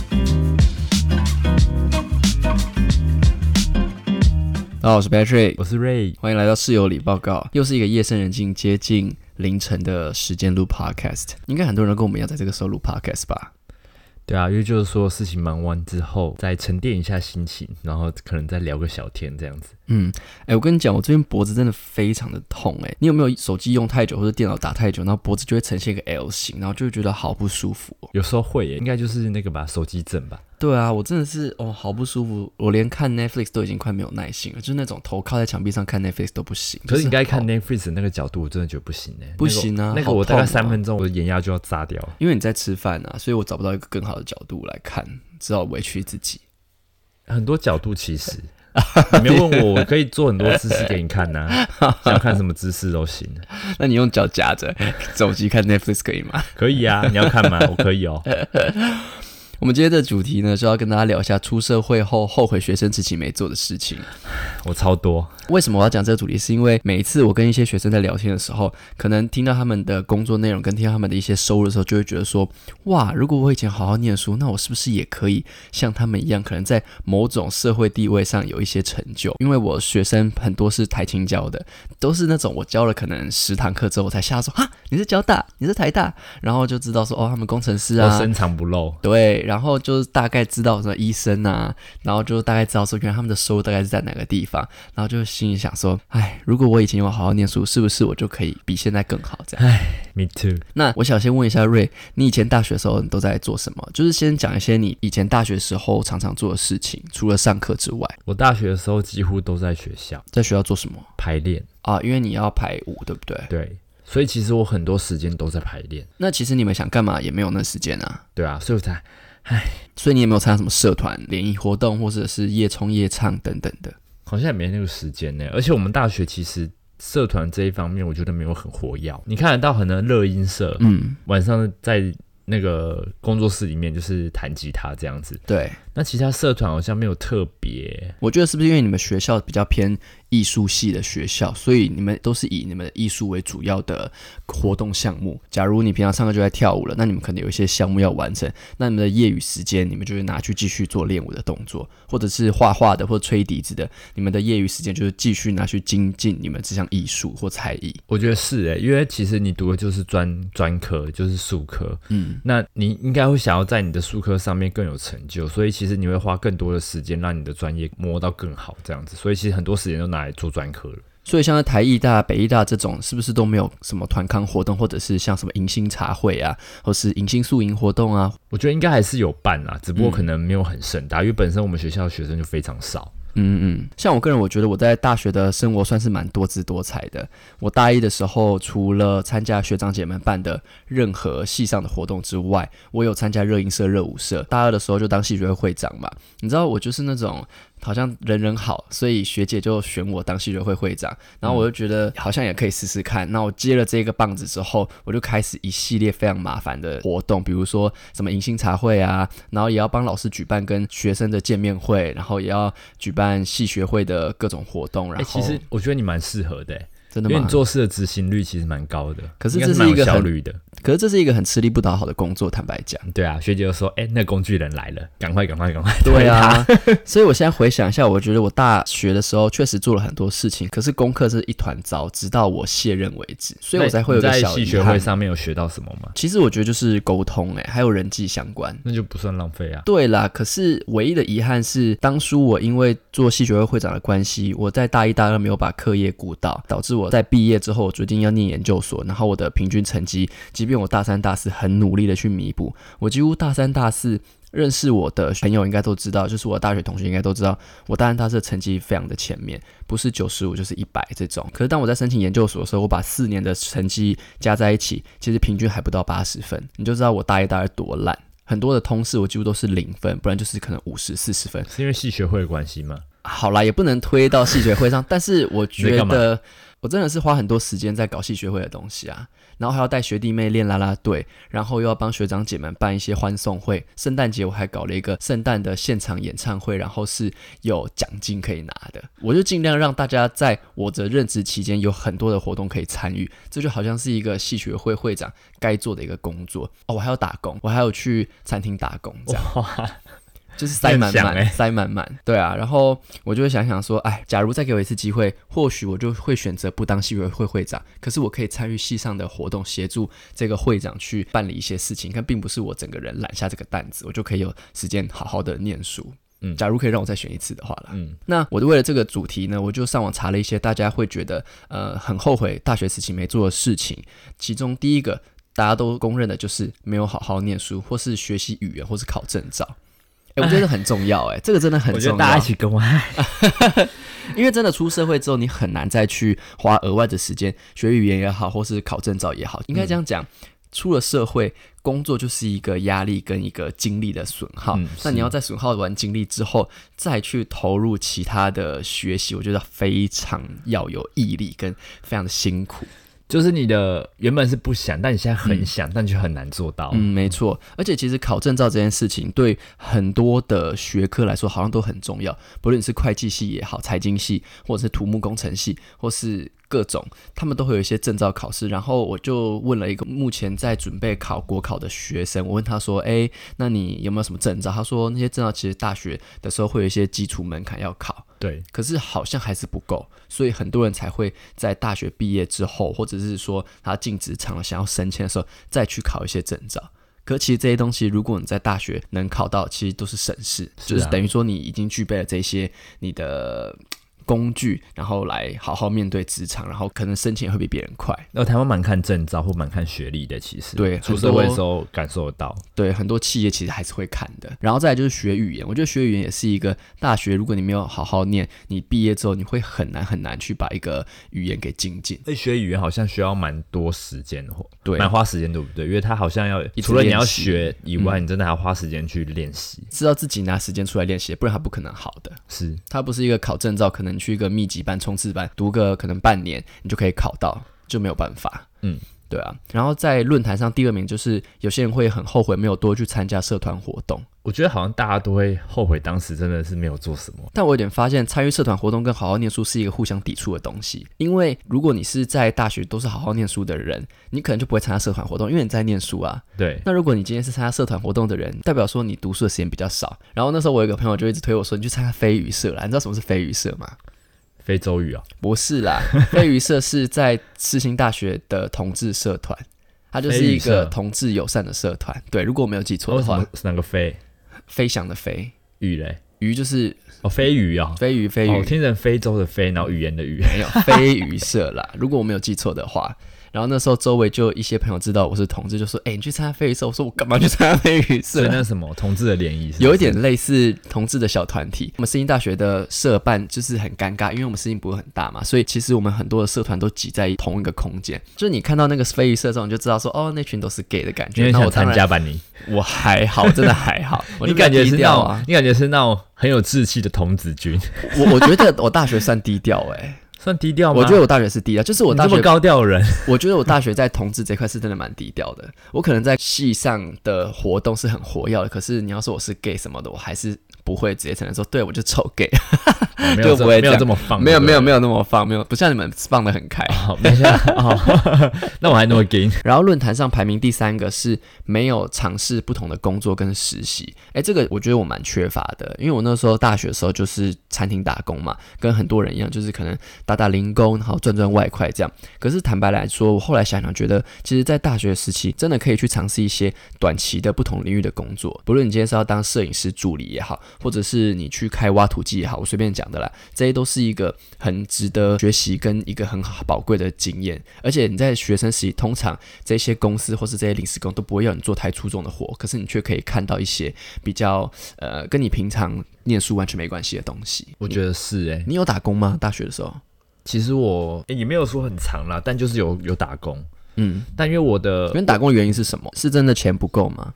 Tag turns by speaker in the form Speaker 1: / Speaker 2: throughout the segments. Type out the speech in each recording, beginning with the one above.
Speaker 1: 大家好，哦我是 Patrick，
Speaker 2: 我是 Ray，
Speaker 1: 欢迎来到室友里报告，又是一个夜深人静、接近凌晨的时间录 Podcast。应该很多人都跟我们一样，在这个时候录 Podcast 吧？
Speaker 2: 对啊，因为就是说事情忙完之后，再沉淀一下心情，然后可能再聊个小天这样子。
Speaker 1: 嗯，哎、我跟你讲，我最近脖子真的非常的痛、哎，你有没有手机用太久或者电脑打太久，然后脖子就会呈现一个 L 型，然后就会觉得好不舒服、哦？
Speaker 2: 有时候会耶，应该就是那个吧，手机症吧。
Speaker 1: 对啊，我真的是哦，好不舒服，我连看 Netflix 都已经快没有耐心了，就是那种头靠在墙壁上看 Netflix 都不行。
Speaker 2: 可是
Speaker 1: 就
Speaker 2: 你刚才
Speaker 1: 好
Speaker 2: 看 Netflix 的那个角度，我真的觉得不行哎，
Speaker 1: 不行啊
Speaker 2: 那个
Speaker 1: 好
Speaker 2: 我大
Speaker 1: 痛
Speaker 2: 概
Speaker 1: 啊
Speaker 2: 三分钟，我的眼压就要炸掉。
Speaker 1: 因为你在吃饭啊，所以我找不到一个更好的角度来看，只好委屈自己。
Speaker 2: 很多角度其实，你没有问我，我可以做很多姿势给你看 呐、想看什么姿势都行。
Speaker 1: 那你用脚夹着手机看 Netflix 可以吗？
Speaker 2: 可以啊，你要看吗？我可以哦。
Speaker 1: 我们今天的主题呢，是要跟大家聊一下出社会后后悔学生自己没做的事情。
Speaker 2: 我超多，
Speaker 1: 为什么我要讲这个主题？是因为每一次我跟一些学生在聊天的时候，可能听到他们的工作内容跟听到他们的一些收入的时候，就会觉得说，哇，如果我以前好好念书，那我是不是也可以像他们一样，可能在某种社会地位上有一些成就？因为我学生很多是台青教的，都是那种我教了可能十堂课之后，我才吓说，哈，你是交大，你是台大，然后就知道说，哦，他们工程师
Speaker 2: 我
Speaker 1: 啊，
Speaker 2: 深藏不露。
Speaker 1: 对，然后就是大概知道什么医生啊，然后就大概知道说，原来他们的收入大概是在哪个地方，然后就心里想说，哎，如果我以前有好好念书，是不是我就可以比现在更好？这样。
Speaker 2: Me too。
Speaker 1: 那我想先问一下瑞，你以前大学的时候你都在做什么？就是先讲一些你以前大学时候常常做的事情，除了上课之外，
Speaker 2: 我大学的时候几乎都在学校
Speaker 1: 在学校做什么
Speaker 2: 排练，
Speaker 1: 啊？因为你要排舞，对不对？
Speaker 2: 对，所以其实我很多时间都在排练，
Speaker 1: 那其实你们想干嘛也没有那时间啊，
Speaker 2: 对啊，所以我才
Speaker 1: 所以你也没有参加什么社团联谊活动，或者是夜冲夜唱等等的。
Speaker 2: 好像也没那个时间呢。而且我们大学其实社团这一方面，我觉得没有很活跃。你看得到很多乐音社、
Speaker 1: 嗯，
Speaker 2: 晚上在那个工作室里面就是弹吉他这样子，
Speaker 1: 对。
Speaker 2: 那其他社团好像没有特别。
Speaker 1: 我觉得是不是因为你们学校比较偏艺术系的学校，所以你们都是以你们的艺术为主要的活动项目？假如你平常上课就在跳舞了，那你们可能有一些项目要完成，那你们的业余时间你们就会拿去继续做练舞的动作，或者是画画的或吹笛子的，你们的业余时间就是继续拿去精进你们这项艺术或才艺。
Speaker 2: 我觉得是诶、因为其实你读的就是专专科，就是术科，
Speaker 1: 嗯，
Speaker 2: 那你应该会想要在你的术科上面更有成就，所以其实你会花更多的时间让你的专业磨到更好，这样子。所以其实很多时间都拿来做专科了。
Speaker 1: 所以像在台艺大、北艺大这种，是不是都没有什么团康活动，或者是像什么迎新茶会啊，或是迎新宿营活动啊？
Speaker 2: 我觉得应该还是有办啦，只不过
Speaker 1: 嗯
Speaker 2: 可能没有很盛大，因为本身我们学校的学生就非常少。
Speaker 1: 嗯嗯，像我个人，我觉得我在大学的生活算是蛮多姿多彩的。我大一的时候，除了参加学长姐们办的任何系上的活动之外，我有参加热音社、热舞社。大二的时候就当系学会会长嘛，你知道我就是那种好像人人好，所以学姐就选我当系学会会长。然后我就觉得好像也可以试试看。那我接了这个棒子之后，我就开始一系列非常麻烦的活动，比如说什么迎新茶会啊，然后也要帮老师举办跟学生的见面会，然后也要举办系学会的各种活动，
Speaker 2: 哎、
Speaker 1: 然后、
Speaker 2: 其实我觉得你蛮适合的、欸
Speaker 1: 真的
Speaker 2: 因为
Speaker 1: 吗
Speaker 2: 你？做事的执行率其实蛮高的，
Speaker 1: 可是
Speaker 2: 应该
Speaker 1: 这是
Speaker 2: 蛮
Speaker 1: 一个
Speaker 2: 有效
Speaker 1: 很
Speaker 2: 率的。
Speaker 1: 可是这是一个很吃力不讨好的工作，坦白讲。
Speaker 2: 对啊，学姐就说：“哎、那工具人来了，赶快，赶快，赶快！”
Speaker 1: 对啊，所以我现在回想一下，我觉得我大学的时候确实做了很多事情，可是功课是一团糟，直到我卸任为止，所以我才会有
Speaker 2: 那
Speaker 1: 个
Speaker 2: 啊你在
Speaker 1: 小
Speaker 2: 系
Speaker 1: 遗
Speaker 2: 学会
Speaker 1: 憾。
Speaker 2: 上面有学到什么吗？
Speaker 1: 其实我觉得就是沟通、欸，还有人际相关。
Speaker 2: 那就不算浪费啊。
Speaker 1: 对啦，可是唯一的遗憾是，当初我因为做系学会会长的关系，我在大一、大二没有把课业顾到，导致我在毕业之后，我决定要念研究所。然后我的平均成绩，即便我大三、大四很努力的去弥补，我几乎大三、大四。认识我的朋友应该都知道，就是我的大学同学应该都知道，我大三、大四的成绩非常的前面，不是九十五就是一百这种。可是当我在申请研究所的时候，我把四年的成绩加在一起，其实平均还不到八十分，你就知道我大一、大二多烂。很多的通识我几乎都是零分，不然就是可能五十、四十分。
Speaker 2: 是因为系学会的关系吗？
Speaker 1: 好啦，也不能推到戏学会上，但是我
Speaker 2: 你在
Speaker 1: 觉
Speaker 2: 干
Speaker 1: 得我真的是花很多时间在搞戏学会的东西啊，然后还要带学弟妹练啦啦队，然后又要帮学长姐们办一些欢送会。圣诞节我还搞了一个圣诞的现场演唱会，然后是有奖金可以拿的。我就尽量让大家在我的任职期间有很多的活动可以参与，这就好像是一个戏学会会长该做的一个工作哦。我还要打工，我还有去餐厅打工，这样。
Speaker 2: 哇，
Speaker 1: 就是塞满
Speaker 2: 很
Speaker 1: 满、
Speaker 2: 想欸
Speaker 1: 塞满满，对啊。然后我就会想想说，哎，假如再给我一次机会，或许我就会选择不当系委会会长，可是我可以参与系上的活动，协助这个会长去办理一些事情，但并不是我整个人揽下这个担子，我就可以有时间好好的念书。
Speaker 2: 嗯
Speaker 1: 假如可以让我再选一次的话啦，
Speaker 2: 嗯，
Speaker 1: 那我就为了这个主题呢，我就上网查了一些大家会觉得呃很后悔大学时期没做的事情，其中第一个大家都公认的就是没有好好念书，或是学习语言，或是考证照。哎、我觉得很重要、哎，这个真的很
Speaker 2: 我觉
Speaker 1: 重
Speaker 2: 得大
Speaker 1: 要
Speaker 2: 家一，起跟我，哎
Speaker 1: 因为真的出社会之后，你很难再去花额外的时间学语言也好，或是考证照也好，应该这
Speaker 2: 嗯
Speaker 1: 样讲。出了社会，工作就是一个压力跟一个精力的损耗。
Speaker 2: 嗯
Speaker 1: 那
Speaker 2: 是
Speaker 1: 你要在损耗完精力之后，再去投入其他的学习，我觉得非常要有毅力跟非常的辛苦。
Speaker 2: 就是你的原本是不想，但你现在很想，但却很难做到。
Speaker 1: 嗯，没错。而且其实考证照这件事情，对很多的学科来说，好像都很重要。不论是会计系也好，财经系，或者是土木工程系，或是各种，他们都会有一些证照考试。然后我就问了一个目前在准备考国考的学生，我问他说：“哎，那你有没有什么证照？”他说：“那些证照其实大学的时候会有一些基础门槛要考。”
Speaker 2: 对，
Speaker 1: 可是好像还是不够，所以很多人才会在大学毕业之后，或者是说他进职场了想要升迁的时候，再去考一些证照。可其实这些东西，如果你在大学能考到，其实都是省事，
Speaker 2: 是啊
Speaker 1: 就是等于说你已经具备了这些你的呃工具，然后来好好面对职场，然后可能申请会比别人快。
Speaker 2: 那台湾蛮看证照或蛮看学历的，其实
Speaker 1: 对
Speaker 2: 出
Speaker 1: 很
Speaker 2: 社会的
Speaker 1: 多
Speaker 2: 时候感受得到。
Speaker 1: 对，很多企业其实还是会看的。然后再来就是学语言，我觉得学语言也是一个大学，如果你没有好好念，你毕业之后你会很难很难去把一个语言给精进。
Speaker 2: 哎，学语言好像需要蛮多时间的，或
Speaker 1: 对，
Speaker 2: 蛮花时间，对不对？因为它好像要
Speaker 1: 直
Speaker 2: 除了你要
Speaker 1: 练习嗯
Speaker 2: 学以外，你真的还要花时间去练习。
Speaker 1: 知道自己拿时间出来练习，不然他不可能好的。
Speaker 2: 是，
Speaker 1: 他不是一个考证照，可能去一个密集班、冲刺班读个可能半年，你就可以考到，就没有办法。
Speaker 2: 嗯，
Speaker 1: 对啊。然后在论坛上第二名就是有些人会很后悔没有多去参加社团活动，
Speaker 2: 我觉得好像大家都会后悔当时真的是没有做什么。
Speaker 1: 但我有点发现，参与社团活动跟好好念书是一个互相抵触的东西。因为如果你是在大学都是好好念书的人，你可能就不会参加社团活动，因为你在念书啊。
Speaker 2: 对，
Speaker 1: 那如果你今天是参加社团活动的人，代表说你读书的时间比较少。然后那时候我有一个朋友就一直推我说，你去参加飞鱼社啦。你知道什么是飞鱼社吗？
Speaker 2: 非洲语啊，
Speaker 1: 不是啦，飞鱼社是在世新大学的同志社团，它就是一
Speaker 2: 飞鱼
Speaker 1: 个
Speaker 2: 社
Speaker 1: 同志友善的社团。对，如果我没有记错
Speaker 2: 为
Speaker 1: 的
Speaker 2: 哦什
Speaker 1: 话
Speaker 2: 么，是那个飞
Speaker 1: 飞翔的飞，
Speaker 2: 语嘞？
Speaker 1: 鱼就是
Speaker 2: 哦，飞鱼啊，
Speaker 1: 飞鱼，飞鱼，
Speaker 2: 哦，我听成非洲的非，然后语言 的语，
Speaker 1: 没有飞鱼社啦，如果我没有记错的话。然后那时候周围就有一些朋友知道我是同志，就说：“哎、你去参加飞鱼社。”我说：“我干嘛去参加飞鱼
Speaker 2: 所
Speaker 1: 社
Speaker 2: 以？”那什么同志的联谊，
Speaker 1: 有一点类似同志的小团体。我们世新大学的社办就是很尴尬，因为我们世新不会很大嘛，所以其实我们很多的社团都挤在同一个空间。就是你看到那个飞鱼社之后，你就知道说，哦，那群都是 gay 的感
Speaker 2: 今
Speaker 1: 觉。
Speaker 2: 天
Speaker 1: 那
Speaker 2: 想
Speaker 1: 我当
Speaker 2: 参
Speaker 1: 然，
Speaker 2: 加吧你？
Speaker 1: 我还好，真的还 好。我就
Speaker 2: 你
Speaker 1: 比较
Speaker 2: 感觉
Speaker 1: 低
Speaker 2: 是那
Speaker 1: 调
Speaker 2: 种
Speaker 1: 啊？，
Speaker 2: 你感觉是那种很有志气的童子军，
Speaker 1: 我我觉得我大学算低调哎、
Speaker 2: 算低调吗？
Speaker 1: 我觉得我大学是低调，就是我
Speaker 2: 欸你
Speaker 1: 大
Speaker 2: 这
Speaker 1: 学
Speaker 2: 么高调的人，
Speaker 1: 我觉得我大学在同志这块是真的蛮低调的。我可能在系上的活动是很活跃的，可是你要说我是 gay 什么的，我还是不会直接承认说对我就臭 gay，
Speaker 2: 哦没
Speaker 1: 就
Speaker 2: 有这
Speaker 1: 不会
Speaker 2: 没有
Speaker 1: 这样
Speaker 2: 这么放，
Speaker 1: 没有
Speaker 2: 对不
Speaker 1: 没
Speaker 2: 对
Speaker 1: 有。没有那么放，没有不像你们放的很开。
Speaker 2: 好，没
Speaker 1: 啊
Speaker 2: 事。好， 那我还那么 gay，
Speaker 1: 然后论坛上排名第三个是没有尝试不同的工作跟实习，诶，这个我觉得我蛮缺乏的，因为我那时候大学的时候就是餐厅打工嘛，跟很多人一样，就是可能打打零工，然后赚赚外快这样。可是坦白来说，我后来想想，觉得其实在大学时期真的可以去尝试一些短期的不同领域的工作，不论你今天是要当摄影师助理也好，或者是你去开挖土机也好，我随便讲的啦，这些都是一个很值得学习跟一个很好宝贵的经验。而且你在学生时期，通常这些公司或是这些临时工都不会要你做太出众的活，可是你却可以看到一些比较呃跟你平常念书完全没关系的东西。
Speaker 2: 我觉得是哎、
Speaker 1: 你有打工吗？大学的时候？
Speaker 2: 其实我、欸也没有说很长啦，但就是有有打工，
Speaker 1: 嗯，
Speaker 2: 但因为我的
Speaker 1: 你们打工的原因是什么？是真的钱不够吗？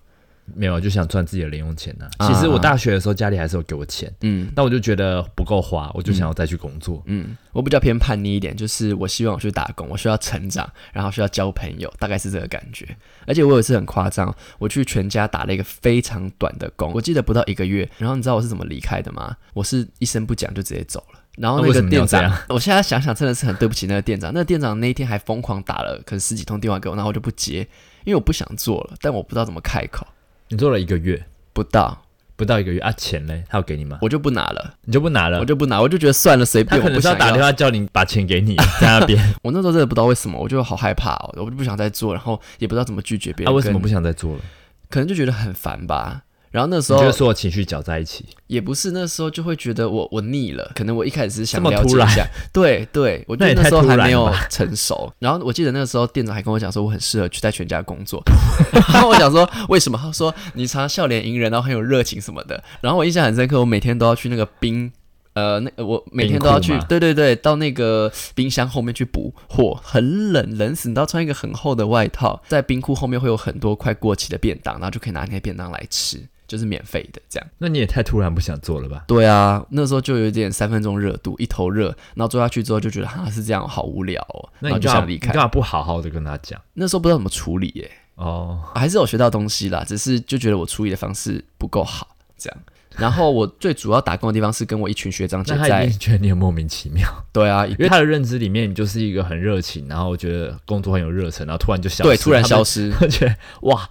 Speaker 2: 没有就想赚自己的零用钱呐、
Speaker 1: 啊
Speaker 2: 其实我大学的时候家里还是有给我钱，
Speaker 1: 嗯
Speaker 2: 那我就觉得不够花，我就想要再去工作。
Speaker 1: 嗯，我比较偏叛逆一点，就是我希望我去打工，我需要成长，然后需要交朋友，大概是这个感觉。而且我有一次很夸张，我去全家打了一个非常短的工，我记得不到一个月。然后你知道我是怎么离开的吗？我是一声不讲就直接走了。然后
Speaker 2: 那
Speaker 1: 那
Speaker 2: 为
Speaker 1: 个
Speaker 2: 什么你要
Speaker 1: 店
Speaker 2: 这
Speaker 1: 长
Speaker 2: 样，
Speaker 1: 我现在想想真的是很对不起那个店长。那个店长那一天还疯狂打了可能十几通电话给我，然后我就不接，因为我不想做了，但我不知道怎么开口。
Speaker 2: 你做了一个月，
Speaker 1: 不到，
Speaker 2: 不到一个月啊，钱嘞，他有给你吗？
Speaker 1: 我就不拿了，
Speaker 2: 你就不拿了，
Speaker 1: 我就不拿，我就觉得算了，随
Speaker 2: 他
Speaker 1: 便，
Speaker 2: 可
Speaker 1: 我
Speaker 2: 能
Speaker 1: 不
Speaker 2: 是要
Speaker 1: 想
Speaker 2: 打电话叫你把钱给你在那边，
Speaker 1: 我那时候真的不知道为什么，我就好害怕、哦，我就不想再做，然后也不知道怎么拒绝 别人。
Speaker 2: 他、啊为什么
Speaker 1: 跟
Speaker 2: 不？想再做了？
Speaker 1: 可能就觉得很烦吧。然后那时
Speaker 2: 你
Speaker 1: 候
Speaker 2: 觉得所有情绪搅在一起，
Speaker 1: 也不是，那时候就会觉得我我腻了，可能我一开始是想
Speaker 2: 这么
Speaker 1: 了解
Speaker 2: 突
Speaker 1: 一
Speaker 2: 然
Speaker 1: 下， 对对，我觉
Speaker 2: 那
Speaker 1: 得
Speaker 2: 也
Speaker 1: 那
Speaker 2: 太
Speaker 1: 时候
Speaker 2: 突
Speaker 1: 还
Speaker 2: 然
Speaker 1: 没
Speaker 2: 了
Speaker 1: 有
Speaker 2: 吧
Speaker 1: 成熟。然后我记得那个时候店长还跟我讲说我很适合去在全家工作， 然后我想说为什么？他说你常常笑脸迎人，然后很有热情什么的。然后我印象很深刻，我每天都要去那个冰。呃，那我每
Speaker 2: 冰
Speaker 1: 天都要
Speaker 2: 库
Speaker 1: 去
Speaker 2: 吗，
Speaker 1: 对对对，到那个冰箱后面去补货，很冷，冷死，你都要穿一个很厚的外套，在冰库后面会有很多快过期的便当，然后就可以拿那些便当来吃，就是免费的这样。
Speaker 2: 那你也太突然不想做了吧？
Speaker 1: 对啊，那时候就有一点三分钟热度，一头热，然后做下去之后就觉得哈是这样，好无聊哦，
Speaker 2: 那
Speaker 1: 然后
Speaker 2: 你
Speaker 1: 就
Speaker 2: 干嘛
Speaker 1: 想离
Speaker 2: 你
Speaker 1: 开
Speaker 2: 干。嘛不好好的跟他讲？
Speaker 1: 那时候不知道怎么处理耶、
Speaker 2: 哦，
Speaker 1: 还是有学到东西啦，只是就觉得我处理的方式不够好，这样。然后我最主要打工的地方是跟我一群学长姐
Speaker 2: 那他一
Speaker 1: 在，
Speaker 2: 定觉得你很莫名其 妙，
Speaker 1: 对啊，因
Speaker 2: 因为他的认知里面你就是一个很热情，然后觉得工作很有热忱，然后突然就消失，
Speaker 1: 对突然
Speaker 2: 他们
Speaker 1: 消失，
Speaker 2: 我觉得哇，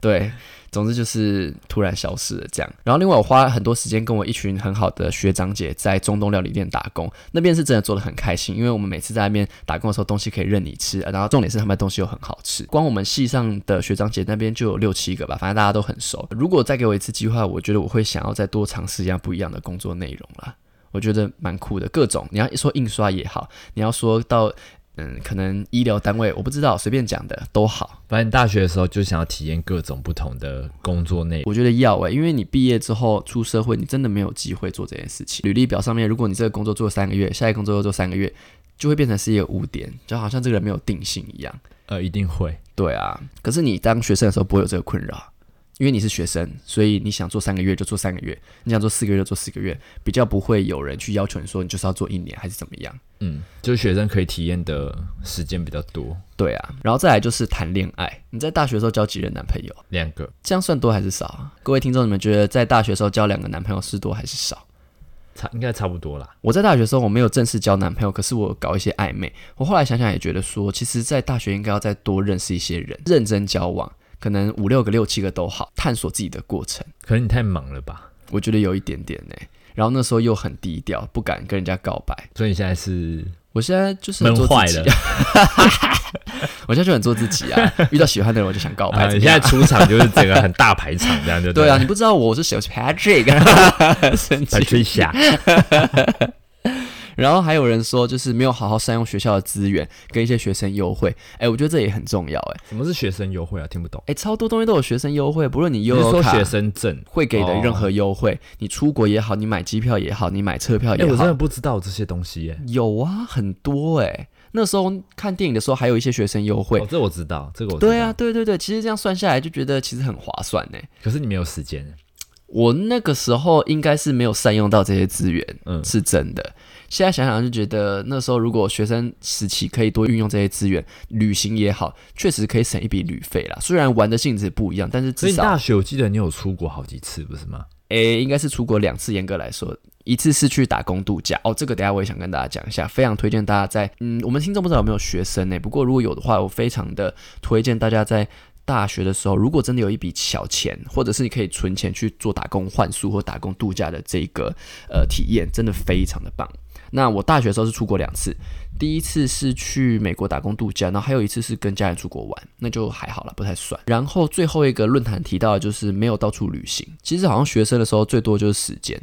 Speaker 1: 对，总之就是突然消失了这样。然后另外我花很多时间跟我一群很好的学长姐在中东料理店打工，那边是真的做的很开心，因为我们每次在那边打工的时候，东西可以任你吃，呃然后重点是他们的东西又很好吃。光我们系上的学长姐那边就有六七个吧，反正大家都很熟。如果再给我一次机会，我觉得我会想要再多尝试一样不一样的工作内容啦。我觉得蛮酷的，各种你要说印刷也好，你要说到嗯，可能医疗单位，我不知道，随便讲的都好。
Speaker 2: 反正你大学的时候就想要体验各种不同的工作内容，
Speaker 1: 我觉得要欸诶、因为你毕业之后出社会，你真的没有机会做这件事情。履历表上面，如果你这个工作做三个月，下一个工作又做三个月，就会变成是一个污点，就好像这个人没有定性一样。
Speaker 2: 呃，一定会。
Speaker 1: 对啊，可是你当学生的时候不会有这个困扰，因为你是学生，所以你想做三个月就做三个月，你想做四个月就做四个月，比较不会有人去要求你说你就是要做一年还是怎么样。
Speaker 2: 嗯，就是学生可以体验的时间比较多，
Speaker 1: 对啊，然后再来就是谈恋爱，你在大学的时候交几任男朋友，
Speaker 2: 两个
Speaker 1: 这样算多还是少啊？各位听众，你们觉得在大学的时候交两个男朋友是多还是少？
Speaker 2: 差应该差不多啦。
Speaker 1: 我在大学的时候我没有正式交男朋友，可是我有搞一些暧昧。我后来想想也觉得说，其实，在大学应该要再多认识一些人，认真交往，可能五六个、六七个都好，探索自己的过程。
Speaker 2: 可能你太忙了吧，
Speaker 1: 我觉得有一点点呢、然后那时候又很低调，不敢跟人家告白。
Speaker 2: 所以你现在是
Speaker 1: 我现在就是很
Speaker 2: 闷
Speaker 1: 做自
Speaker 2: 坏
Speaker 1: 己
Speaker 2: 了，
Speaker 1: 啊， 我现在就很做自己啊。遇到喜欢的人我就想告白。
Speaker 2: 啊，
Speaker 1: 怎
Speaker 2: 你
Speaker 1: 么
Speaker 2: 现
Speaker 1: 样
Speaker 2: 在出场就是整个很大排场这样就
Speaker 1: 对啊，
Speaker 2: 了
Speaker 1: 你不知道我是谁，我是 Patrick，生气。
Speaker 2: ，Patricia，
Speaker 1: 然后还有人说，就是没有好好善用学校的资源，跟一些学生优惠。哎，我觉得这也很重要。哎，
Speaker 2: 什么是学生优惠啊？听不懂。
Speaker 1: 哎，超多东西都有学生优惠，不论你
Speaker 2: 你
Speaker 1: 悠
Speaker 2: 是
Speaker 1: 游
Speaker 2: 说
Speaker 1: 卡
Speaker 2: 学生证？
Speaker 1: 会给的
Speaker 2: 哦
Speaker 1: 任何优惠，你出国也好，你买机票也好，你买车票
Speaker 2: 哎、
Speaker 1: 也
Speaker 2: 我
Speaker 1: 好，
Speaker 2: 真的不知道这些东西耶、
Speaker 1: 有啊，很多哎、那时候看电影的时候，还有一些学生优惠。
Speaker 2: 哦，这我知道，这个我知道
Speaker 1: 对啊，。对对对，其实这样算下来就觉得其实很划算呢。
Speaker 2: 可是你没有时间，
Speaker 1: 我那个时候应该是没有善用到这些资源，
Speaker 2: 嗯
Speaker 1: 是真的。现在想想就觉得那时候如果学生时期可以多运用这些资源，旅行也好，确实可以省一笔旅费啦。虽然玩的性质不一样，但是
Speaker 2: 所
Speaker 1: 至
Speaker 2: 以你
Speaker 1: 少
Speaker 2: 大学我记得你有出国好几次，不是吗？
Speaker 1: 诶、应该是出国两次，严格来说，一次是去打工度假哦，这个等一下我也想跟大家讲一下，非常推荐大家在嗯，我们听众不知道有没有学生呢、不过如果有的话，我非常的推荐大家在。大学的时候，如果真的有一笔小钱，或者是你可以存钱去做打工换宿或打工度假的这个呃体验，真的非常的棒。那我大学的时候是出国两次，第一次是去美国打工度假，然后还有一次是跟家人出国玩，那就还好了，不太算。然后最后一个论坛提到的就是没有到处旅行，其实好像学生的时候最多就是时间。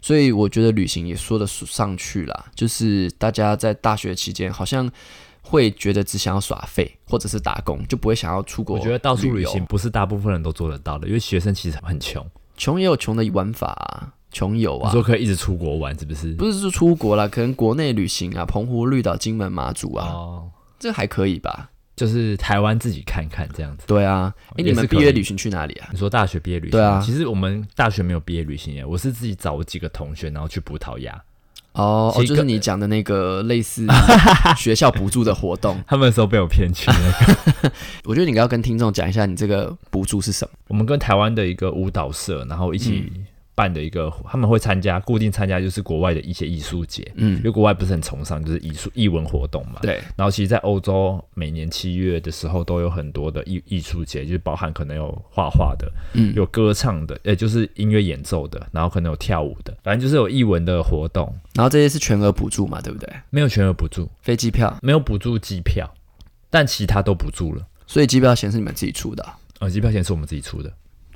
Speaker 1: 所以我觉得旅行也说得上去啦，就是大家在大学期间好像会觉得只想要耍废或者是打工，就不会想要出国
Speaker 2: 我
Speaker 1: 游。
Speaker 2: 觉得到处旅行不是大部分人都做得到的，因为学生其实很穷。
Speaker 1: 穷也有穷的玩法、啊，穷游
Speaker 2: 你
Speaker 1: 啊，
Speaker 2: 说可以一直出国玩，是不是？
Speaker 1: 不是说出国啦，可能国内旅行啊，澎湖、绿岛、金门、马祖啊，
Speaker 2: 哦，
Speaker 1: 这还可以吧？
Speaker 2: 就是台湾自己看看这样子。
Speaker 1: 对啊，哎，
Speaker 2: 也
Speaker 1: 你
Speaker 2: 是
Speaker 1: 们
Speaker 2: 可
Speaker 1: 毕业
Speaker 2: 以
Speaker 1: 旅行去哪里啊？
Speaker 2: 你说大学毕业旅行？
Speaker 1: 对啊
Speaker 2: 其实我们大学没有毕业旅行耶，我是自己找我几个同学，然后去葡萄牙。
Speaker 1: 哦，哦
Speaker 2: 其实
Speaker 1: 就是
Speaker 2: 个
Speaker 1: 你讲的那个类 似学校补助的活动，
Speaker 2: 他们那时候被我骗去那个
Speaker 1: 我觉得你应该要跟听众讲一下你这个补助是什么。嗯
Speaker 2: 我们跟台湾的一个舞蹈社，然后一起办的一个，他们会参加固定参加就是国外的一些艺术节，
Speaker 1: 嗯
Speaker 2: 因，为国外不是很崇尚就是艺术艺文活动嘛。
Speaker 1: 对，
Speaker 2: 然后其实，在欧洲每年七月的时候都有很多的艺艺术节，就是包含可能有画画的，
Speaker 1: 嗯，
Speaker 2: 有歌唱的，也就是音乐演奏的，然后可能有跳舞的，反正就是有艺文的活动，
Speaker 1: 然后这些是全额补助嘛，对不对？
Speaker 2: 没有全额补助，
Speaker 1: 飞机票，
Speaker 2: 没有补助机票，但其他都补助了。
Speaker 1: 所以机票钱是你们自己出的啊
Speaker 2: 呃，机票钱是我们自己出的，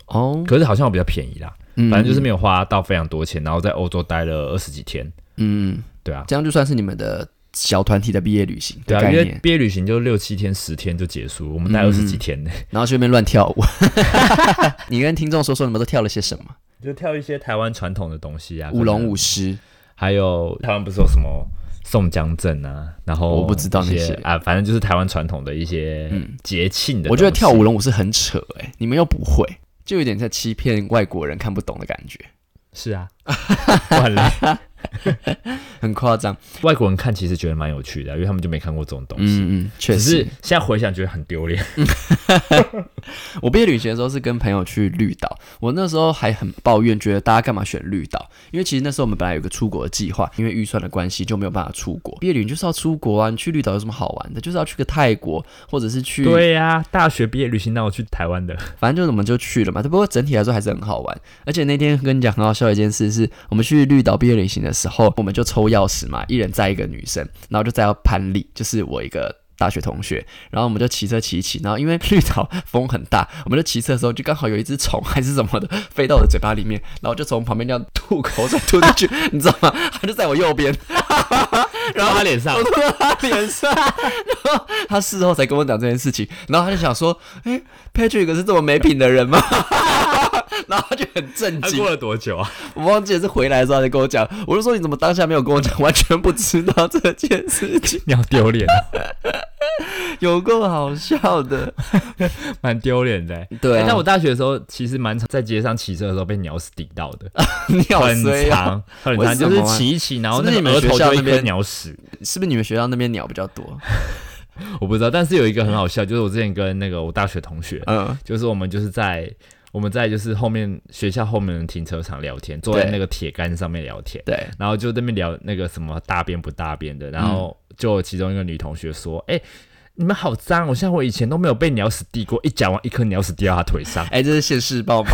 Speaker 1: 哦，
Speaker 2: 可是好像比较便宜啦，
Speaker 1: 嗯
Speaker 2: 反正就是没有花到非常多钱，然后在欧洲待了二十几天，
Speaker 1: 嗯，
Speaker 2: 对啊，
Speaker 1: 这样就算是你们的小团体的毕业旅行
Speaker 2: 对
Speaker 1: 的
Speaker 2: 啊，
Speaker 1: 概
Speaker 2: 因为
Speaker 1: 念，
Speaker 2: 毕业旅行就六七天、十天就结束，我们待二十几天呢、
Speaker 1: 然后去那边乱 跳舞。你跟听众说说你们都跳了些什么？
Speaker 2: 就跳一些台湾传统的东西啊，
Speaker 1: 舞龙
Speaker 2: 舞，
Speaker 1: 舞狮，
Speaker 2: 还有台湾不是有什么宋江镇啊，然后
Speaker 1: 我不知道那
Speaker 2: 一
Speaker 1: 些嗯
Speaker 2: 啊，反正就是台湾传统的一些节庆的、
Speaker 1: 我觉得跳舞，龙舞是很扯哎、你们又不会，就有点在欺骗外国人看不懂的感觉，
Speaker 2: 是啊， 我很累。
Speaker 1: 很夸张。
Speaker 2: 外国人看其实觉得蛮有趣的啊、因为他们就没看过这种东西。
Speaker 1: 嗯嗯，确
Speaker 2: 只是
Speaker 1: 实。
Speaker 2: 现在回想觉得很丢脸，
Speaker 1: 我毕业旅行的时候是跟朋友去绿岛，我那时候还很抱怨，觉得大家干嘛选绿岛？因为其实那时候我们本来有个出国的计划，因为预算的关系就没有办法出国。毕业旅行就是要出国啊，你去绿岛有什么好玩的？就是要去个泰国，或者是去
Speaker 2: 对呀、大学毕业旅行，那我去台湾 的，
Speaker 1: 反正就我们就去了嘛。只不过整体来说还是很好玩。而且那天跟你讲很好笑的一件事是，我们去绿岛毕业旅行的时候，我们就抽钥匙嘛，一人载一个女生，然后就载到潘丽，就是我一个。大学同学，然后我们就骑车骑一骑，然后因为绿岛风很大，我们就骑车的时候就刚好有一只虫还是什么的飞到我的嘴巴里面，然后我就从旁边这样吐口水吐进去，你知道吗？它就在我右边，然后
Speaker 2: 他脸上
Speaker 1: 我吐到他脸上，然后他事后才跟我讲这件事情，然后他就想说，哎、p a t r i c k 是这么没品的人吗？ 然后他就很震
Speaker 2: 他
Speaker 1: 惊
Speaker 2: 过，了多久啊？
Speaker 1: 我忘记了是回来的时候他才跟我讲，我就说你怎么当下没有跟我讲，完全不知道这件事情，
Speaker 2: 你好丢脸啊，
Speaker 1: 有够好笑的。
Speaker 2: 蛮丢脸的欸、
Speaker 1: 对
Speaker 2: 欸
Speaker 1: 啊，
Speaker 2: 但我大学的时候其实蛮常在街上骑车的时候被鸟屎顶到的，
Speaker 1: 你好
Speaker 2: 很
Speaker 1: 衰啊！
Speaker 2: 长很
Speaker 1: 为
Speaker 2: 长，
Speaker 1: 什
Speaker 2: 就
Speaker 1: 么
Speaker 2: 是
Speaker 1: 啊
Speaker 2: 骑一骑，然后
Speaker 1: 是不
Speaker 2: 那
Speaker 1: 是
Speaker 2: 个
Speaker 1: 你
Speaker 2: 额
Speaker 1: 们学
Speaker 2: 头
Speaker 1: 校
Speaker 2: 就一
Speaker 1: 那
Speaker 2: 颗
Speaker 1: 边
Speaker 2: 鸟屎，
Speaker 1: 是不是你们学校那边鸟比较多？
Speaker 2: 我不知道。但是有一个很好笑，就是我之前跟那个我大学同学，
Speaker 1: 嗯，
Speaker 2: 就是我们就是在我们在就是后面学校后面的停车场聊天，坐在那个铁杆上面聊天。
Speaker 1: 对，
Speaker 2: 然后就在那边聊那个什么大便不大便的，然
Speaker 1: 嗯
Speaker 2: 后就有其中一个女同学说：“哎、你们好脏！我像我以前都没有被鸟屎滴过，一讲完一颗鸟屎滴到她腿上，
Speaker 1: 哎、这是现世报吗？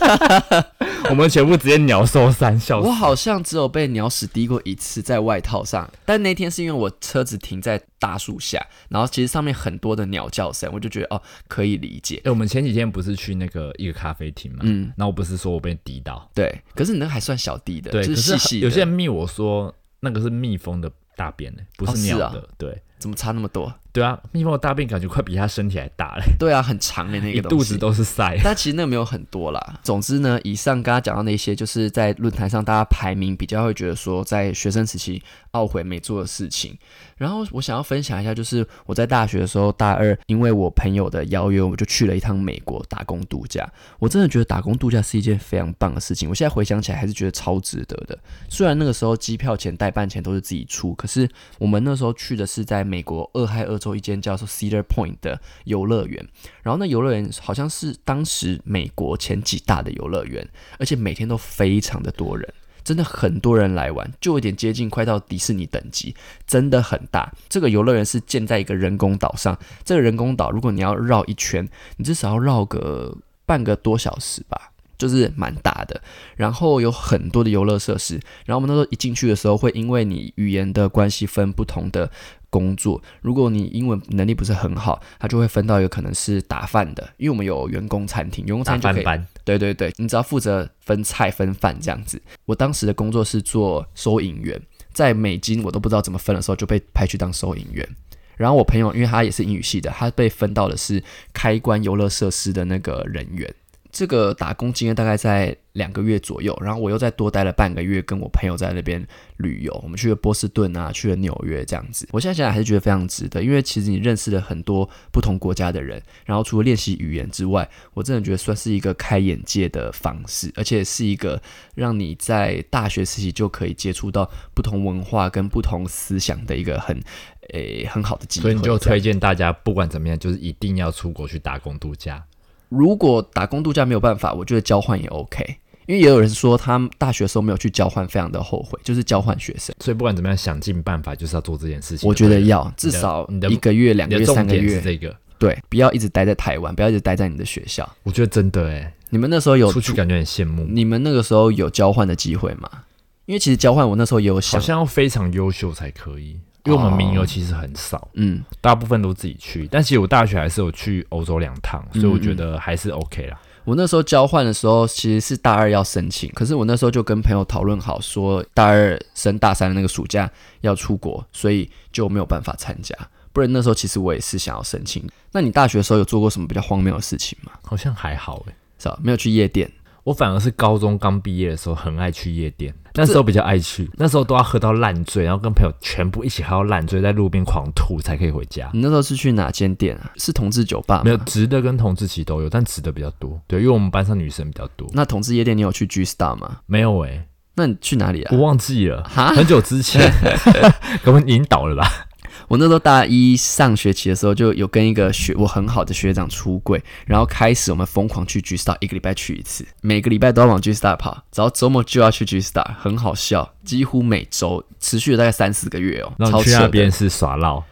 Speaker 2: 我们全部直接鸟兽散，笑死
Speaker 1: 我！好像只有被鸟屎滴过一次在外套上，但那天是因为我车子停在大树下，然后其实上面很多的鸟叫声，我就觉得哦可以理解。
Speaker 2: 哎、我们前几天不是去那个一个咖啡厅嘛，
Speaker 1: 嗯，
Speaker 2: 然后我不是说我被滴到，
Speaker 1: 对，可是你那个还算小滴的，
Speaker 2: 对，
Speaker 1: 就
Speaker 2: 可
Speaker 1: 细细的。
Speaker 2: 有些人密我说那个是蜜蜂的大便呢、不
Speaker 1: 哦
Speaker 2: 是
Speaker 1: 是
Speaker 2: 鸟
Speaker 1: 啊
Speaker 2: 的，对。”
Speaker 1: 怎么差那么多？
Speaker 2: 对啊，蜜蜂的大便感觉快比它身体还大嘞，
Speaker 1: 对啊，很长的那
Speaker 2: 一
Speaker 1: 个东
Speaker 2: 肚
Speaker 1: 西
Speaker 2: 子。都是塞。
Speaker 1: 但其实那个没有很多啦。总之呢，以上刚刚讲到那些，就是在论坛上大家排名比较会觉得说，在学生时期懊悔没做的事情。然后我想要分享一下，就是我在大学的时候，大二，因为我朋友的邀约，我就去了一趟美国打工度假。我真的觉得打工度假是一件非常棒的事情，我现在回想起来还是觉得超值得的。虽然那个时候机票钱、代办钱都是自己出，可是我们那时候去的是在美国俄亥俄州一间叫做 Cedar Point 的游乐园。然后那游乐园好像是当时美国前几大的游乐园，而且每天都非常的多人，真的很多人来玩，就有点接近快到迪士尼等级，真的很大。这个游乐园是建在一个人工岛上，这个人工岛如果你要绕一圈，你至少要绕个半个多小时吧。就是蛮大的，然后有很多的游乐设施。然后我们那时候一进去的时候，会因为你语言的关系分不同的工作。如果你英文能力不是很好，他就会分到一个可能是打饭的，因为我们有员工餐厅，员工餐
Speaker 2: 打
Speaker 1: 厅就
Speaker 2: 翻
Speaker 1: 可以
Speaker 2: 班，
Speaker 1: 对对对，你只要负责分菜分饭这样子。我当时的工作是做收银员，在美金我都不知道怎么分的时候就被派去当收银员。然后我朋友，因为他也是英语系的，他被分到的是开关游乐设施的那个人员。这个打工经验大概在两个月左右，然后我又再多待了半个月，跟我朋友在那边旅游，我们去了波士顿啊，去了纽约这样子。我现在想想还是觉得非常值得，因为其实你认识了很多不同国家的人，然后除了练习语言之外，我真的觉得算是一个开眼界的方式，而且是一个让你在大学时期就可以接触到不同文化跟不同思想的一个很诶、很好的机会。
Speaker 2: 所以你就
Speaker 1: 这样
Speaker 2: 推荐大家，不管怎么样，就是一定要出国去打工度假。
Speaker 1: 如果打工度假没有办法，我觉得交换也 OK。因为也有人说他大学的时候没有去交换，非常的后悔，就是交换学生。
Speaker 2: 所以不管怎么样，想尽办法就是要做这件事情。
Speaker 1: 我觉得
Speaker 2: 对不对
Speaker 1: 要至少
Speaker 2: 你的
Speaker 1: 一个月、两个
Speaker 2: 你
Speaker 1: 月、
Speaker 2: 的
Speaker 1: 三
Speaker 2: 重
Speaker 1: 个
Speaker 2: 点是
Speaker 1: 月，
Speaker 2: 这个，
Speaker 1: 对，不要一直待在台湾，不要一直待在你的学校。
Speaker 2: 我觉得真的哎，
Speaker 1: 你们那时候有
Speaker 2: 出去感觉很羡慕，
Speaker 1: 你们那个时候有交换的机会吗？因为其实交换我那时候也有
Speaker 2: 好
Speaker 1: 想，
Speaker 2: 像要非常优秀才可以，因为我们名额
Speaker 1: 哦
Speaker 2: 其实很少，
Speaker 1: 嗯，
Speaker 2: 大部分都自己去。但其实我大学还是有去欧洲两趟，所以我觉得还是 OK 啦。
Speaker 1: 我那时候交换的时候其实是大二要申请，可是我那时候就跟朋友讨论好，说大二升大三的那个暑假要出国，所以就没有办法参加。不然那时候其实我也是想要申请。那你大学的时候有做过什么比较荒谬的事情吗？
Speaker 2: 好像还好哎，
Speaker 1: 是吧？没有去夜店，
Speaker 2: 我反而是高中刚毕业的时候很爱去夜店，那时候比较爱去，那时候都要喝到烂醉，然后跟朋友全部一起喝到烂醉，在路边狂吐才可以回家。
Speaker 1: 你那时候是去哪间店啊？是同志酒吧吗？
Speaker 2: 没有直的跟同志其实都有，但直的比较多。对，因为我们班上女生比较多。
Speaker 1: 那同志夜店你有去 G Star 吗？
Speaker 2: 没有 哎、
Speaker 1: 那你去哪里啊
Speaker 2: 我？忘记了，
Speaker 1: 哈，
Speaker 2: 很久之前， 可能引导了吧？
Speaker 1: 我那时候大一上学期的时候，就有跟一个学我很好的学长出柜，然后开始我们疯狂去 G Star，一个礼拜去一次，每个礼拜都要往 G Star 跑，然后周末就要去 G Star，很好笑，几乎每周持续了大概三四个月哦，
Speaker 2: 然后
Speaker 1: 超
Speaker 2: 去
Speaker 1: 扯
Speaker 2: 那
Speaker 1: 的
Speaker 2: 边是耍闹，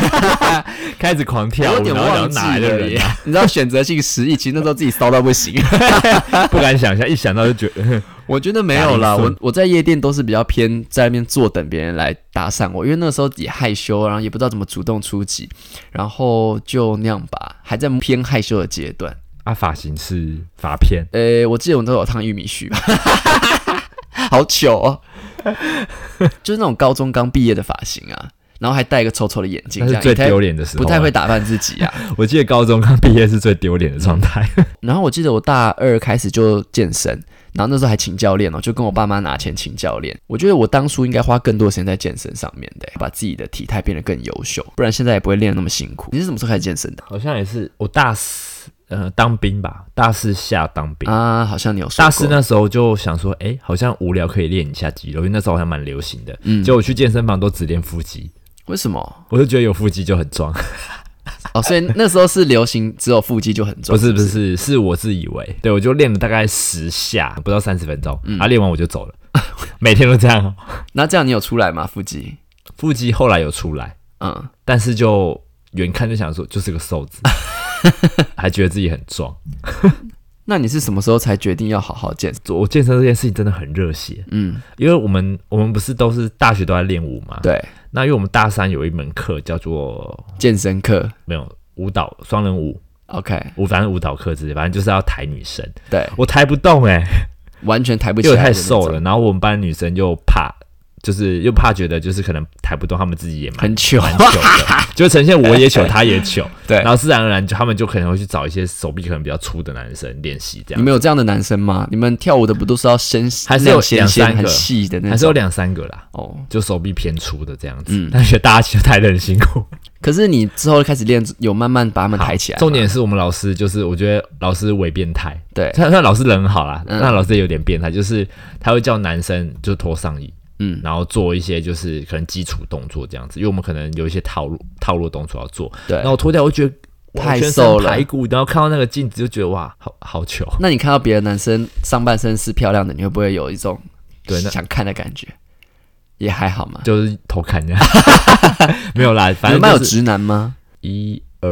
Speaker 2: 开始狂
Speaker 1: 我
Speaker 2: 跳
Speaker 1: 有
Speaker 2: 舞，
Speaker 1: 点
Speaker 2: 然后聊
Speaker 1: 忘记
Speaker 2: 哪来的
Speaker 1: 了耶
Speaker 2: 人、，
Speaker 1: 你知道选择性失忆，其实那时候自己骚到不行。
Speaker 2: 啊，不敢想象，一想到就觉得
Speaker 1: 我觉得没有啦，
Speaker 2: 打铃
Speaker 1: 我
Speaker 2: 声
Speaker 1: 我在夜店都是比较偏在那边坐等别人来搭讪我，因为那时候也害羞，然后也不知道怎么主动出击，然后就那样吧，还在偏害羞的阶段。
Speaker 2: 啊，发型是发片，
Speaker 1: 呃，我记得我那时候有烫玉米须吧， 好糗哦，就是那种高中刚毕业的发型啊，然后还戴一个丑丑的眼镜，
Speaker 2: 那
Speaker 1: 这
Speaker 2: 是
Speaker 1: 样
Speaker 2: 最
Speaker 1: 也太
Speaker 2: 丢脸的时候、
Speaker 1: 不太会，打扮自 己啊。
Speaker 2: 我记得高中刚毕业是最丢脸的状态。
Speaker 1: 然后我记得我大二开始就健身，然后那时候还请教练哦，就跟我爸妈拿钱请教练。我觉得我当初应该花更多的时间在健身上面的，把自己的体态变得更优秀，不然现在也不会练得那么辛苦。你是什么时候开始健身的？
Speaker 2: 好像也是我大四，呃，当兵吧，大四下当兵。
Speaker 1: 啊，好像你有说
Speaker 2: 大四
Speaker 1: 过？
Speaker 2: 那时候就想说，哎、好像无聊可以练一下肌肉，因为那时候还蛮流行的。
Speaker 1: 嗯
Speaker 2: 结果我去健身房都只练腹肌，
Speaker 1: 为什么？
Speaker 2: 我就觉得有腹肌就很壮。
Speaker 1: 哦，所以那时候是流行只有腹肌就很重，
Speaker 2: 不是不是，是我自以为，对我就练了大概十下，不到三十分钟，啊，练完我就走了， 每天都这样哦。
Speaker 1: 那这样你有出来吗？腹肌？
Speaker 2: 腹肌后来有出来，
Speaker 1: 嗯，
Speaker 2: 但是就远看就想说就是个瘦 子，还觉得自己很壮。
Speaker 1: 那你是什么时候才决定要好好健身？
Speaker 2: 我健身这件事情真的很热血，
Speaker 1: 嗯，
Speaker 2: 因为我们我们不是都是大学都在练舞嘛，。
Speaker 1: 对，
Speaker 2: 那因为我们大三有一门课叫做
Speaker 1: 健身课
Speaker 2: 没有舞蹈双人舞，
Speaker 1: ，OK，
Speaker 2: 舞反正舞蹈课之类，反正就是要抬女生，
Speaker 1: 对，
Speaker 2: 我抬不动哎、
Speaker 1: 完全抬不起
Speaker 2: 因为
Speaker 1: 来，
Speaker 2: 我太瘦了，，然后我们班女生又怕，就是又怕觉得就是可能抬不动，她们自己也 蛮
Speaker 1: 很 糗，
Speaker 2: 蛮糗的，就呈现我也糗，她也糗，
Speaker 1: 对
Speaker 2: 然。后自然而然就他们就可能会去找一些手臂可能比较粗的男生练习这
Speaker 1: 你
Speaker 2: 样。
Speaker 1: 们有这样的男生吗？你们跳舞的不都是要先
Speaker 2: 还是
Speaker 1: 那
Speaker 2: 有
Speaker 1: 种纤纤
Speaker 2: 两三
Speaker 1: 很
Speaker 2: 个
Speaker 1: 细的那
Speaker 2: 还是有
Speaker 1: 种？
Speaker 2: 两三个啦，
Speaker 1: 哦，
Speaker 2: 就手臂偏粗的这样子，
Speaker 1: 嗯
Speaker 2: 但觉得大家其实抬得很辛苦。
Speaker 1: 可是你之后开始练，有慢慢把他们抬起来吗。
Speaker 2: 重点是我们老师就是，我觉得老师伪变态，
Speaker 1: 对，
Speaker 2: 虽然虽然老师人很好啦，
Speaker 1: 嗯
Speaker 2: 那老师也有点变态，就是他会叫男生就脱上衣，
Speaker 1: 嗯
Speaker 2: 然后做一些就是可能基础动作这样子，因为我们可能有一些套路套路动作要做，
Speaker 1: 对
Speaker 2: 然后。我脱掉，我就觉得
Speaker 1: 太
Speaker 2: 哇全身
Speaker 1: 瘦了
Speaker 2: 排骨，然后看到那个镜子就觉得哇，好好糗，
Speaker 1: 那你看到别的男生上半身是漂亮的，你会不会有一种
Speaker 2: 对那
Speaker 1: 想看的感觉？也还好嘛。
Speaker 2: 就是偷 看这样，没有啦，反
Speaker 1: 你们
Speaker 2: 正
Speaker 1: 班有
Speaker 2: 就是
Speaker 1: 直男吗？
Speaker 2: 一二，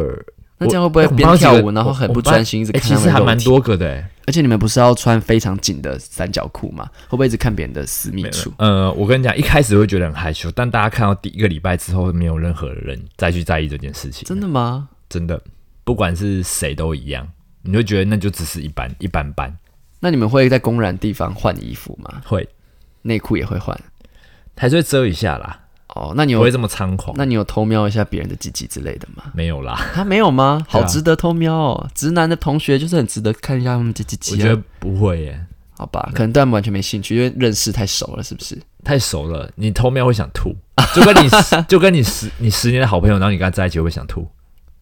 Speaker 1: 那
Speaker 2: 我
Speaker 1: 这样会不会
Speaker 2: 我们班
Speaker 1: 边
Speaker 2: 有
Speaker 1: 跳
Speaker 2: 几个
Speaker 1: 舞然后很
Speaker 2: 我
Speaker 1: 不
Speaker 2: 我们班
Speaker 1: 专心，一直
Speaker 2: 哎、
Speaker 1: 看
Speaker 2: 其
Speaker 1: 他
Speaker 2: 实还
Speaker 1: 们的
Speaker 2: 蛮
Speaker 1: 肉体？
Speaker 2: 多个的、欸。
Speaker 1: 而且你们不是要穿非常紧的三角裤吗？会不会一直看别人的私密处？
Speaker 2: 呃，我跟你讲，一开始会觉得很害羞，但大家看到第一个礼拜之后，没有任何人再去在意这件事情。
Speaker 1: 真的吗？
Speaker 2: 真的，不管是谁都一样，你会觉得那就只是一般一般般。
Speaker 1: 那你们会在公然地方换衣服吗？
Speaker 2: 会
Speaker 1: 内裤也会换？
Speaker 2: 还是会遮一下啦，
Speaker 1: 哦，那你
Speaker 2: 不
Speaker 1: 有
Speaker 2: 会这么猖狂。
Speaker 1: 那你有偷瞄一下别人的鸡鸡之类的吗？
Speaker 2: 没有啦，
Speaker 1: 他没有吗？
Speaker 2: 对
Speaker 1: 好
Speaker 2: 啊
Speaker 1: 值得偷瞄哦！直男的同学就是很值得看一下他们的鸡鸡、啊。
Speaker 2: 我觉得不会耶，
Speaker 1: 好吧，可能对他们完全没兴趣，因为认识太熟了，是不是？
Speaker 2: 太熟了，你偷瞄会想 吐，就跟你就跟你十你十年的好朋友，然后你跟他在一起会不会想吐？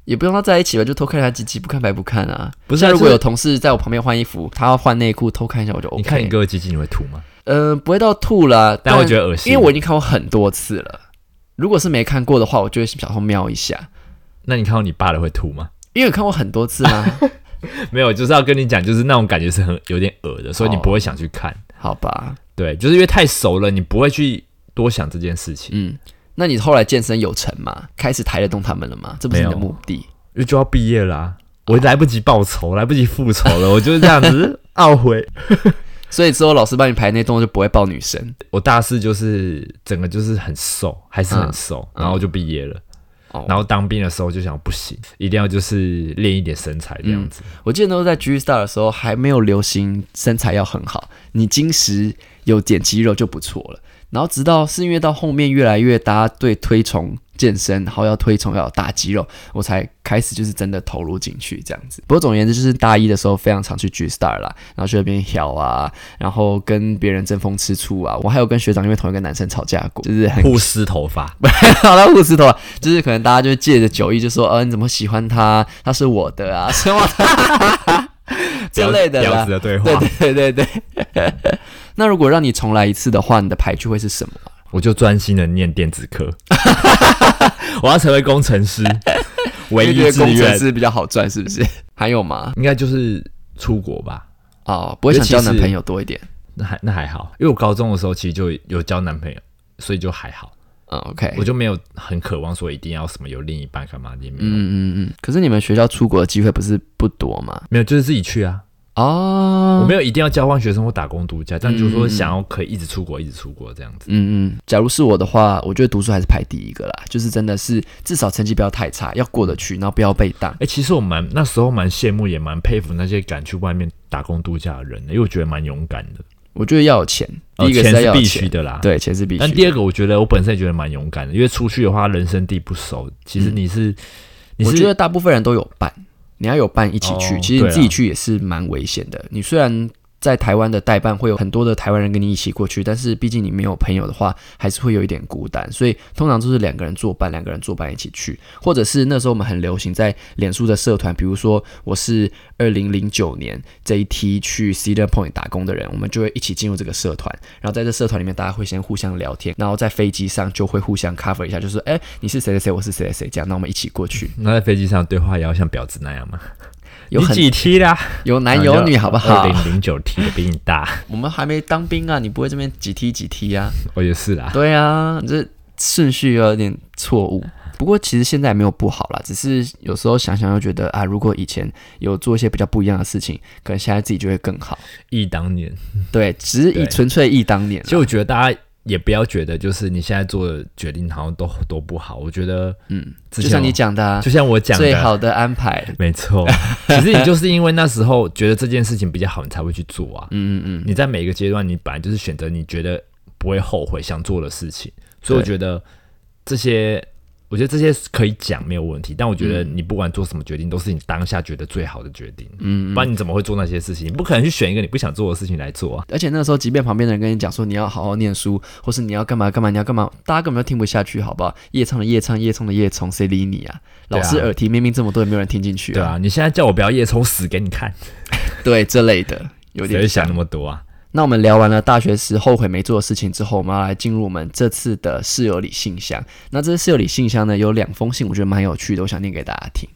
Speaker 1: 也不用他在一起吧，就偷看一下鸡鸡，不看白不看啊。
Speaker 2: 不是啊
Speaker 1: 像如果
Speaker 2: 就是
Speaker 1: 有同事在我旁边换衣服，他要换内裤，偷看一下我就 OK。
Speaker 2: 你看你哥的鸡鸡，你会吐吗？
Speaker 1: 呃，不会到吐啦，
Speaker 2: 但会觉得恶心
Speaker 1: 因为我已经看过很多次了。如果是没看过的话，我就会想偷瞄一下，
Speaker 2: 那你看到你爸的会吐吗？
Speaker 1: 因为我看过很多次啦、
Speaker 2: 没有，就是要跟你讲，就是那种感觉是很有点恶的，所以你
Speaker 1: 哦
Speaker 2: 不会想去看。
Speaker 1: 好吧，
Speaker 2: 对，就是因为太熟了，你不会去多想这件事情，
Speaker 1: 嗯，那你后来健身有成吗？开始抬得动他们了吗？这不是你的
Speaker 2: 没有
Speaker 1: 目的。
Speaker 2: 因为就要毕业啦、我来不及报仇，来不及复仇了，我就是这样子懊悔。
Speaker 1: 所以之后老师帮你排那动作就不会抱女生
Speaker 2: 我大四就是整个就是很瘦，还是很瘦，
Speaker 1: 嗯
Speaker 2: 然后就毕业了。
Speaker 1: 哦。
Speaker 2: 然后当兵的时候就想不行，一定要就是练一点身材这样子。
Speaker 1: 我记得那时候在 G Star 的时候还没有流行身材要很好，你金石有点肌肉就不错了。然后直到是因为到后面越来越大家对推崇健身，然后要推崇要有大肌肉，我才开始就是真的投入进去这样子。不过总而言之，就是大一的时候非常常去 G Star 啦，然后去那边跳啊，然后跟别人争风吃醋啊。我还有跟学长因为同一个男生吵架过，就是很
Speaker 2: 护湿头发，
Speaker 1: 好了，护石头啊，就是可能大家就借着酒意就说，呃，你怎么喜欢他？他是我的啊， 什么之类的
Speaker 2: 婊
Speaker 1: 啦
Speaker 2: 子。的对话。
Speaker 1: 对对对对对。 那如果让你重来一次的话，你的排序会是什么？
Speaker 2: 我就专心的念电子科，我要成为工程师，唯
Speaker 1: 因为觉
Speaker 2: 一
Speaker 1: 得
Speaker 2: 志
Speaker 1: 工程
Speaker 2: 愿
Speaker 1: 师比较好赚，是不是？ 还有吗？
Speaker 2: 应该就是出国吧。
Speaker 1: 哦，不会想交男朋友多一点。
Speaker 2: 那还那还好，因为我高中的时候其实就有交男朋友，所以就还好，
Speaker 1: 嗯，OK
Speaker 2: 我。就没有很渴望说一定要什么有另一半干嘛的，也没有，
Speaker 1: 嗯嗯嗯。可是你们学校出国的机会不是不多吗？
Speaker 2: 没有就是自己去啊，我
Speaker 1: 哦。
Speaker 2: 没有一定要交换学生或打工度假，但就是
Speaker 1: 嗯嗯
Speaker 2: 说
Speaker 1: 嗯
Speaker 2: 想要可以一直出国，一直出国这样子。
Speaker 1: 嗯嗯，假如是我的话，我觉得读书还是排第一个啦，就是真的是至少成绩不要太差，要过得去，然后不要被当。
Speaker 2: 哎、其实我蛮那时候蛮羡慕，也蛮佩服那些敢去外面打工度假的人的，因为我觉得蛮勇敢的。
Speaker 1: 我觉得要有钱，第
Speaker 2: 呃
Speaker 1: 一个
Speaker 2: 钱
Speaker 1: 是
Speaker 2: 是
Speaker 1: 要有
Speaker 2: 必
Speaker 1: 钱
Speaker 2: 须，的啦，
Speaker 1: 对，钱是必须。
Speaker 2: 但第二个，我觉得我本身也觉得蛮勇敢的，因为出去的话，人生地不熟，其实你是，
Speaker 1: 嗯
Speaker 2: 你
Speaker 1: 我觉
Speaker 2: 是
Speaker 1: 得大部分人都有伴，你要有伴一起去。
Speaker 2: 哦
Speaker 1: 其实你
Speaker 2: 对啊
Speaker 1: 自己去也是蛮危险的。你虽然在台湾的代办会有很多的台湾人跟你一起过去，但是毕竟你没有朋友的话，还是会有一点孤单。所以通常都是两个人作伴，两个人作伴一起去，或者是那时候我们很流行在脸书的社团，比如说我是二零零九年这一批去 Cedar Point 打工的人，我们就会一起进入这个社团。然后在这社团里面，大家会先互相聊天，然后在飞机上就会互相 cover 一下，就是哎、你是谁谁谁，我是谁谁谁，这样，那我们一起过去。
Speaker 2: 那在飞机上对话也要像婊子那样吗？
Speaker 1: 有
Speaker 2: 你
Speaker 1: 很
Speaker 2: 几 T 啦？
Speaker 1: 有男有女，好不好
Speaker 2: 二？零零九 T 的比你大，
Speaker 1: 啊 我们还没当兵啊，你不会这边几梯几梯 啊？
Speaker 2: 我也是啦。
Speaker 1: 对啊，你这顺序有点错误。不过其实现在也没有不好啦，只是有时候想想又觉得啊，如果以前有做一些比较不一样的事情，可能现在自己就会更好。
Speaker 2: 忆当年，
Speaker 1: 对，只是以
Speaker 2: 对
Speaker 1: 纯粹忆当年啦。
Speaker 2: 其实我觉得大家也不要觉得就是你现在做的决定好像都都不好，我觉得，
Speaker 1: 嗯，
Speaker 2: 之
Speaker 1: 就
Speaker 2: 前
Speaker 1: 像你
Speaker 2: 我，
Speaker 1: 讲的、啊，
Speaker 2: 就像我讲的，
Speaker 1: 最好的安排。
Speaker 2: 没错。其实你就是因为那时候觉得这件事情比较好，你才会去做啊。
Speaker 1: 嗯嗯嗯，
Speaker 2: 你在每个阶段，你本来就是选择你觉得不会后悔想做的事情，所以我
Speaker 1: 对
Speaker 2: 觉得这些，我觉得这些可以讲没有问题，但我觉得
Speaker 1: 嗯
Speaker 2: 你不管做什么决定，都是你当下觉得最好的决定，嗯，不然你怎么会做那些事情？你不可能去选一个你不想做的事情来做啊。
Speaker 1: 而且那时候，即便旁边的人跟你讲说你要好好念书，或是你要干嘛干嘛，你要干嘛，大家根本就听不下去，好不好？夜唱的夜唱，夜冲的夜冲，谁理你啊？老
Speaker 2: 对啊
Speaker 1: 师耳提面命这么多，也没有人听进去、
Speaker 2: 对啊，你现在叫我不要夜冲死给你看，
Speaker 1: 对这类的有
Speaker 2: 谁会
Speaker 1: 点
Speaker 2: 想那么多啊？
Speaker 1: 那我们聊完了大学时后悔没做的事情之后，我们要来进入我们这次的室友里信箱。那这室友里信箱呢，有两封信，我觉得蛮有趣的，我想念给大家听。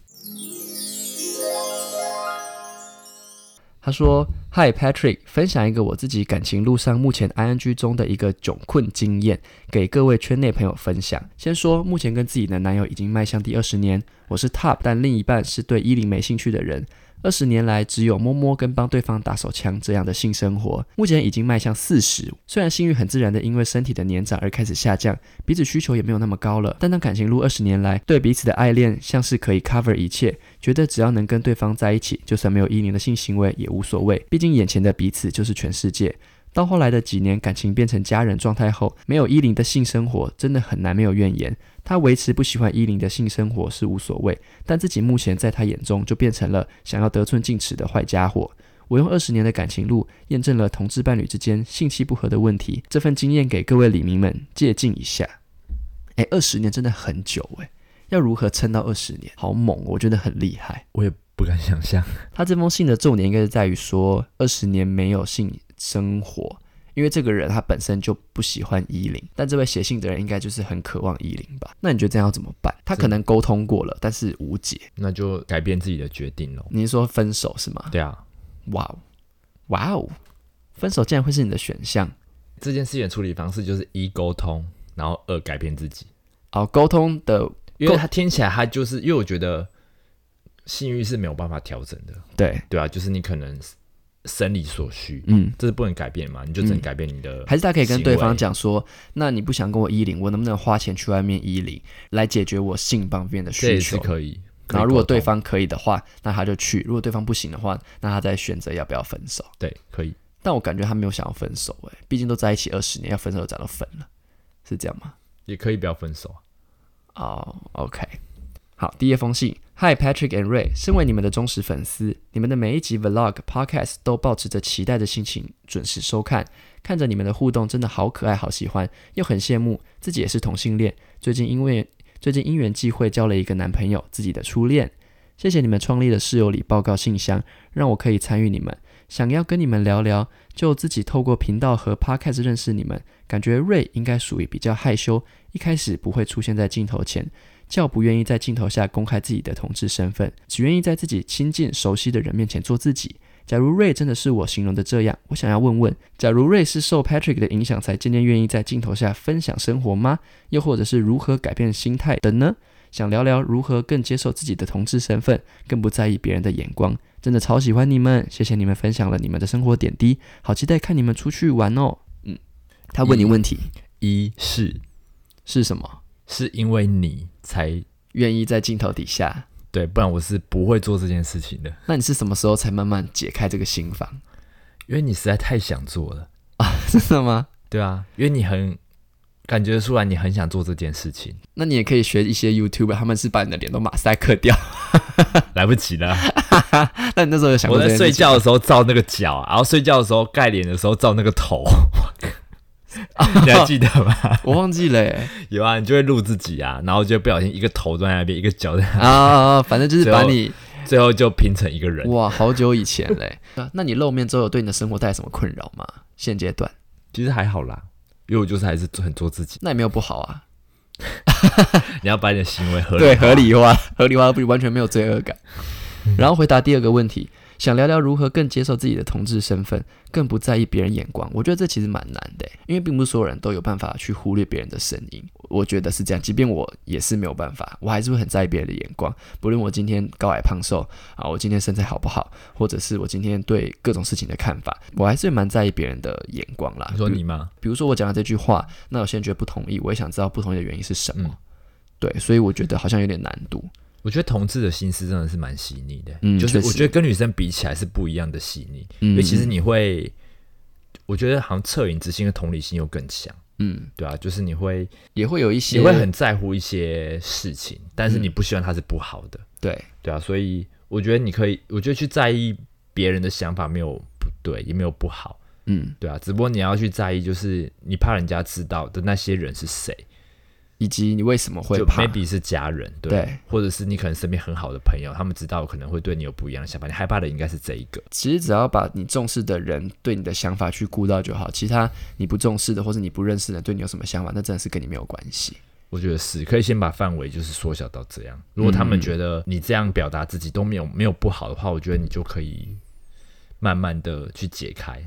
Speaker 1: 他说：“Hi Patrick，分享一个我自己感情路上目前 ing 中的一个窘困经验，给各位圈内朋友分享。先说，目前跟自己的男友已经迈向第二十年，我是 top，但另一半是对一零没兴趣的人。二十年来，只有摸摸跟帮对方打手枪这样的性生活，目前已经迈向四十。虽然性欲很自然的因为身体的年长而开始下降，彼此需求也没有那么高了，但当感情路二十年来，对彼此的爱恋像是可以 cover 一切，觉得只要能跟对方在一起，就算没有依恋的性行为也无所谓，毕竟眼前的彼此就是全世界。到后来的几年，感情变成家人状态后，没有依林的性生活，真的很难没有怨言。他维持不喜欢依林的性生活是无所谓，但自己目前在他眼中就变成了想要得寸进尺的坏家伙。我用二十年的感情路验证了同志伴侣之间性气不合的问题，这份经验给各位李民们借鉴一下。诶，二十年真的很久诶，要如何撑到二十年？好猛哦，我觉得很厉害。
Speaker 2: 我也不敢想象。
Speaker 1: 他这封信的重点应该是在于说，二十年没有性生活，因为这个人他本身就不喜欢依零，但这位写信的人应该就是很渴望依零吧？那你觉得这样要怎么办？他可能沟通过了，但是无解。
Speaker 2: 那就改变自己的决定咯。
Speaker 1: 你是说分手是吗？
Speaker 2: 对啊，
Speaker 1: 哇哦，哇哦，分手竟然会是你的选项。
Speaker 2: 这件事情的处理方式就是一沟通，然后二改变自己，
Speaker 1: 哦，沟通的
Speaker 2: 因为它听起来它就是因为我觉得性欲是没有办法调整的，
Speaker 1: 对，
Speaker 2: 对啊，就是你可能生理所需，
Speaker 1: 嗯，
Speaker 2: 这是不能改变嘛，你就只能改变你的，
Speaker 1: 还是他可以跟对方，讲说，那你不想跟我依零，我能不能花钱去外面依零来解决我性方面的
Speaker 2: 这
Speaker 1: 需
Speaker 2: 也是
Speaker 1: 求？
Speaker 2: 可以。
Speaker 1: 然后如果对
Speaker 2: 可以
Speaker 1: 方可以的话，那他就去；如果对方不行的话，那他再选择要不要分手。
Speaker 2: 沟通对可以，
Speaker 1: 但我感觉他没有想要分手、欸，毕竟都在一起二十年，要分手早都分了，是这样吗？
Speaker 2: 也可以不要分手啊，
Speaker 1: 哦、o k 好，第一封信，Hi Patrick and Ray，身为你们的忠实粉丝，你们的每一集 Vlog、Podcast 都保持着期待的心情准时收看，看着你们的互动真的好可爱，好喜欢，又很羡慕自己也是同性恋，最近因为最近因缘际会交了一个男朋友，自己的初恋。谢谢你们创立的室友里报告信箱，让我可以参与你们。想要跟你们聊聊，就自己透过频道和 podcast 认识你们。感觉瑞应该属于比较害羞，一开始不会出现在镜头前，较不愿意在镜头下公开自己的同志身份，只愿意在自己亲近熟悉的人面前做自己。假如瑞真的是我形容的这样，我想要问问：假如瑞是受 Patrick 的影响才渐渐愿意在镜头下分享生活吗？又或者是如何改变心态的呢？想聊聊如何更接受自己的同志身份，更不在意别人的眼光。真的超喜欢你们，谢谢你们分享了你们的生活点滴，好期待看你们出去玩哦。嗯，他问你问题
Speaker 2: 一是
Speaker 1: 是什么？
Speaker 2: 是因为你才
Speaker 1: 愿意在镜头底下？
Speaker 2: 对，不然我是不会做这件事情的，
Speaker 1: 那你是什么时候才慢慢解开这个心房？
Speaker 2: 因为你实在太想做了，
Speaker 1: 真的吗？
Speaker 2: 对啊，因为你很感觉出来你很想做这件事情，
Speaker 1: 那你也可以学一些 YouTube，他们是把你的脸都马赛克掉。
Speaker 2: 来不及了。
Speaker 1: 那你那时候有想
Speaker 2: 我
Speaker 1: 过这
Speaker 2: 在
Speaker 1: 件
Speaker 2: 睡
Speaker 1: 事情
Speaker 2: 觉的时候照那个脚啊，然后睡觉的时候盖脸的时候照那个 头，你还记得吗？
Speaker 1: 我忘记了欸耶
Speaker 2: 有啊，你就会录自己啊，然后就不小心一个头在那边，一个脚在那
Speaker 1: 啊，反正就是把 你
Speaker 2: 边，最后就拼成一个人，
Speaker 1: 哇，好久以前嘞。 那你露面之后有对你的生活带来什么困扰吗？现阶段
Speaker 2: 其实还好啦。因为我就是还是很做自己，
Speaker 1: 那也没有不好啊，
Speaker 2: 你要把你的行为合理。
Speaker 1: 对，合理化， 合理化不完全没有罪恶感。
Speaker 2: 嗯
Speaker 1: 然后回答第二个问题，想聊聊如何更接受自己的同志身份，更不在意别人眼光。我觉得这其实蛮难的，欸因为并不是所有人都有办法去忽略别人的声音。我觉得是这样，即便我也是没有办法，我还是会很在意别人的眼光。不论我今天高矮胖瘦啊，我今天身材好不好，或者是我今天对各种事情的看法，我还是蛮在意别人的眼光啦。
Speaker 2: 你说你吗？
Speaker 1: 比如说我讲了这句话，那有些人觉得不同意，我也想知道不同意的原因是什么。
Speaker 2: 嗯
Speaker 1: 对，所以我觉得好像有点难度。
Speaker 2: 我觉得同志的心思真的是蛮细腻的，
Speaker 1: 嗯
Speaker 2: 就是
Speaker 1: 确
Speaker 2: 我
Speaker 1: 实
Speaker 2: 觉得跟女生比起来是不一样的细腻，
Speaker 1: 嗯
Speaker 2: 因为其实你会，我觉得好像恻隐之心和同理心又更强，
Speaker 1: 嗯，
Speaker 2: 对啊，就是你会
Speaker 1: 也会有一些
Speaker 2: 你会很在乎一些事情，但
Speaker 1: 嗯
Speaker 2: 是你不希望它是不好的，
Speaker 1: 对，
Speaker 2: 对啊，所以我觉得你可以，我觉得去在意别人的想法没有不对，也没有不好，
Speaker 1: 嗯，
Speaker 2: 对啊，只不过你要去在意，就是你怕人家知道的那些人是谁，
Speaker 1: 以及你为什么会
Speaker 2: 就
Speaker 1: 怕？
Speaker 2: maybe 是家人，对吧
Speaker 1: 对
Speaker 2: 或者是你可能身边很好的朋友，他们知道可能会对你有不一样的想法，你害怕的应该是这一个，
Speaker 1: 其实只要把你重视的人对你的想法去顾到就好，其他你不重视的或是你不认识的人对你有什么想法，那真的是跟你没有关系。
Speaker 2: 我觉得是可以先把范围就是缩小到这样，如果他
Speaker 1: 嗯
Speaker 2: 们觉得你这样表达自己都没有没有不好的话，我觉得你就可以慢慢的去解开，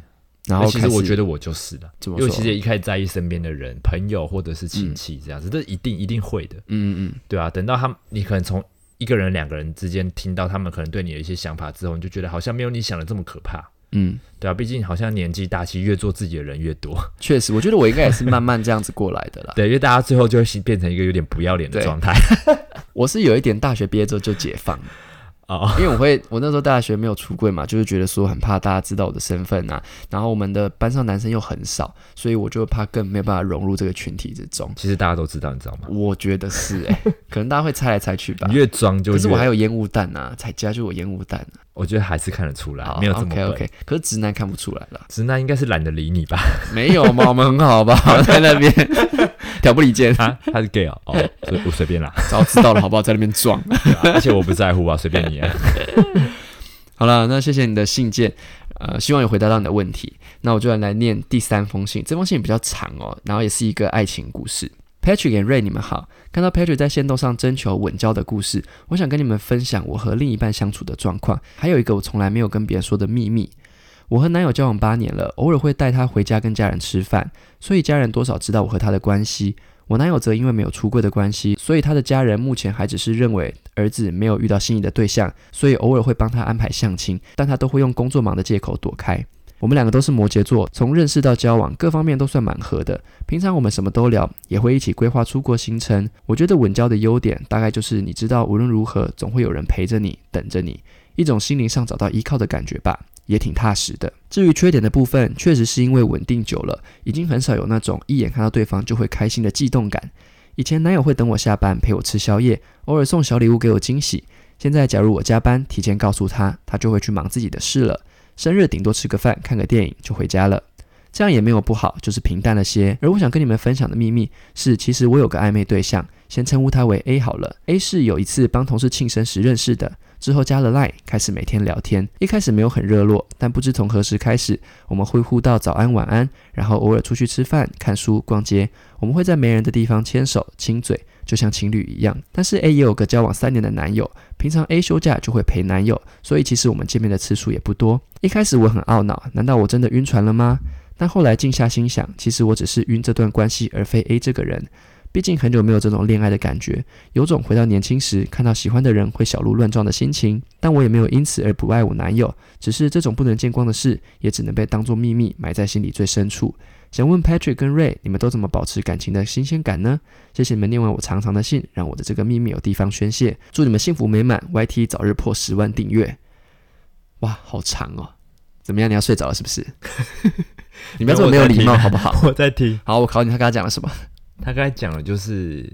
Speaker 1: 然后
Speaker 2: 哎其实我觉
Speaker 1: 得
Speaker 2: 得我就是了，
Speaker 1: 怎么
Speaker 2: 因为
Speaker 1: 说嗯
Speaker 2: 其实也一开始在意身边的人、朋友或者是亲戚这样子，这一定一定会的，
Speaker 1: 嗯嗯嗯，
Speaker 2: 对啊。等到他们，你可能从一个人、两个人之间听到他们可能对你的一些想法之后，你就觉得好像没有你想的这么可怕，
Speaker 1: 嗯，
Speaker 2: 对啊。毕竟好像年纪大，其实越做自己的人越多，
Speaker 1: 确实，我觉得我应该也是慢慢这样子过来的啦。
Speaker 2: 对，因为大家最后就会变成一个有点不要脸的
Speaker 1: 对
Speaker 2: 状态
Speaker 1: 我是有一点大学毕业之后就解放了。
Speaker 2: 哦。
Speaker 1: 因为我会，我那时候大学没有出柜嘛，就是觉得说很怕大家知道我的身份啊，然后我们的班上男生又很少，所以我就怕更没有办法融入这个群体之中。
Speaker 2: 其实大家都知道，你知道吗？
Speaker 1: 我觉得是 哎、可能大家会猜来猜去吧
Speaker 2: 你。越装就
Speaker 1: 可是我还
Speaker 2: 越，
Speaker 1: 有烟雾弹啊，彩加就我烟雾弹啊
Speaker 2: 我觉得还是看得出来，
Speaker 1: 好
Speaker 2: 啊没有这么
Speaker 1: OK
Speaker 2: 笨。
Speaker 1: OK，可是直男看不出来啦，
Speaker 2: 直男应该是懒得理你吧？
Speaker 1: 没有嘛，我们很好吧， 在那边挑拨离间，
Speaker 2: 啊， 他是 gay 哦，哦，所以我随便啦，
Speaker 1: 早知道了好不好，在那边撞。
Speaker 2: 对啊而且我不在乎啊，随便你啊。
Speaker 1: 好了，那谢谢你的信件。呃，希望有回答到你的问题。那我就来念第三封信，这封信比较长哦，然后也是一个爱情故事。Patrick 跟 Ray，你们好。看到 Patrick 在线动上征求稳交的故事，我想跟你们分享我和另一半相处的状况，还有一个我从来没有跟别人说的秘密。我和男友交往八年了，偶尔会带他回家跟家人吃饭，所以家人多少知道我和他的关系。我男友则因为没有出柜的关系，所以他的家人目前还只是认为儿子没有遇到心仪的对象，所以偶尔会帮他安排相亲，但他都会用工作忙的借口躲开。我们两个都是摩羯座，从认识到交往，各方面都算蛮合的。平常我们什么都聊，也会一起规划出国行程。我觉得稳交的优点大概就是你知道，无论如何总会有人陪着你，等着你，一种心灵上找到依靠的感觉吧，也挺踏实的。至于缺点的部分，确实是因为稳定久了，已经很少有那种一眼看到对方就会开心的悸动感。以前男友会等我下班陪我吃宵夜，偶尔送小礼物给我惊喜。现在假如我加班，提前告诉他，他就会去忙自己的事了。生日顶多吃个饭、看个电影就回家了，这样也没有不好，就是平淡了些。而我想跟你们分享的秘密是，其实我有个暧昧对象，先称呼他为 A 好了。A 是有一次帮同事庆生时认识的，之后加了 Line，开始每天聊天。一开始没有很热络，但不知从何时开始，我们会互道早安、晚安，然后偶尔出去吃饭、看书、逛街。我们会在没人的地方牵手、亲嘴，就像情侣一样。但是 A 也有个交往三年的男友，平常 A 休假就会陪男友，所以其实我们见面的次数也不多。一开始我很懊恼，难道我真的晕船了吗？但后来静下心想，其实我只是晕这段关系，而非 A 这个人。毕竟很久没有这种恋爱的感觉，有种回到年轻时看到喜欢的人会小鹿乱撞的心情。但我也没有因此而不爱我男友，只是这种不能见光的事，也只能被当作秘密埋在心里最深处。想问 Patrick 跟 Ray，你们都怎么保持感情的新鲜感呢？谢谢你们念完我长长的信，让我的这个秘密有地方宣泄。祝你们幸福美满，YT 早日破十万订阅。哇，好长哦！怎么样？你要睡着了是不是？ 你不要这么没有礼貌好不好？
Speaker 2: 我在听，
Speaker 1: 好，我考你，他跟他讲了什么？
Speaker 2: 他刚才讲的就是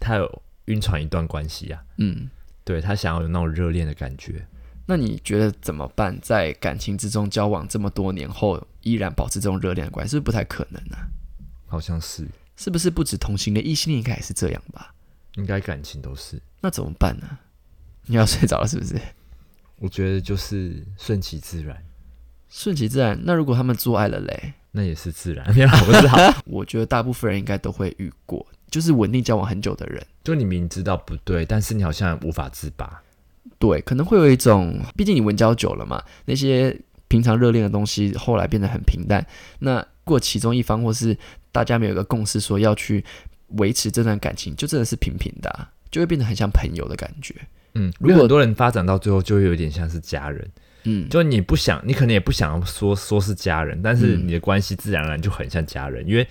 Speaker 2: 他有晕船一段关系啊，
Speaker 1: 嗯，
Speaker 2: 对他想要有那种热恋的感觉。
Speaker 1: 那你觉得怎么办？在感情之中交往这么多年后，依然保持这种热恋的关系，是不是不太可能啊？
Speaker 2: 好像是，
Speaker 1: 是不是不止同性恋，异性恋应该也是这样吧？
Speaker 2: 应该感情都是。
Speaker 1: 那怎么办呢？你要睡着了是不是？
Speaker 2: 我觉得就是顺其自然，
Speaker 1: 顺其自然。那如果他们做爱了嘞？
Speaker 2: 那也是 自然，没有不是好。
Speaker 1: 我觉得大部分人应该都会遇过，就是稳定交往很久的人，
Speaker 2: 就你明知道不对，但是你好像无法自拔。
Speaker 1: 对，可能会有一种，毕竟你稳交久了嘛，那些平常热恋的东西后来变得很平淡。那如果其中一方或是大家没有一个共识，说要去维持这段感情，就真的是平平的啊、就会变得很像朋友的感觉。
Speaker 2: 嗯，
Speaker 1: 如果
Speaker 2: 如果很多人发展到最后，就会有点像是家人，
Speaker 1: 嗯，
Speaker 2: 就你不想，你可能也不想说说是家人，但是
Speaker 1: 嗯
Speaker 2: 你的关系自然而然就很像家人，因为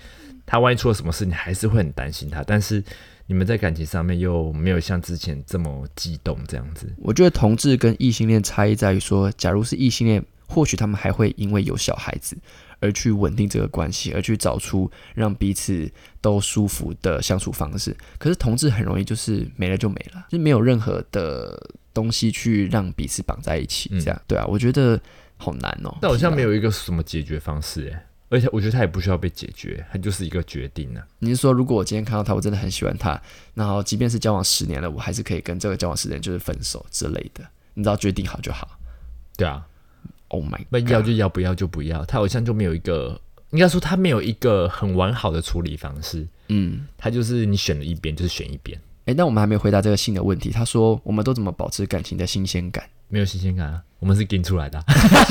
Speaker 2: 他万一出了什么事，你还是会很担心他，但是你们在感情上面又没有像之前这么激动这样子。
Speaker 1: 我觉得同志跟异性恋差异在于说，假如是异性恋，或许他们还会因为有小孩子而去稳定这个关系，而去找出让彼此都舒服的相处方式。可是同志很容易就是没了就没了，就没有任何的东西去让彼此绑在一起。这样、对啊，我觉得好难哦。
Speaker 2: 嗯但好像没
Speaker 1: 有，
Speaker 2: 有一个什么解决方式哎，而且我觉得他也不需要被解决，他就是一个决定啊呢、
Speaker 1: 你是说如果我今天看到他，我真的很喜欢他，然后即便是交往十年了，我还是可以跟这个交往十年就是分手之类的，你只要决定好就好。
Speaker 2: 对啊，
Speaker 1: Oh my，
Speaker 2: 那
Speaker 1: God
Speaker 2: 要就要，不要就不要，他好像就没有一个，应该说他没有一个很完好的处理方式，
Speaker 1: 嗯。
Speaker 2: 他就是你选了一边就是选一边，
Speaker 1: 诶，但我们还没有回答这个信的问题。他说，我们都怎么保持感情的新鲜感？
Speaker 2: 没有新鲜感啊。我们是盯出来的啊、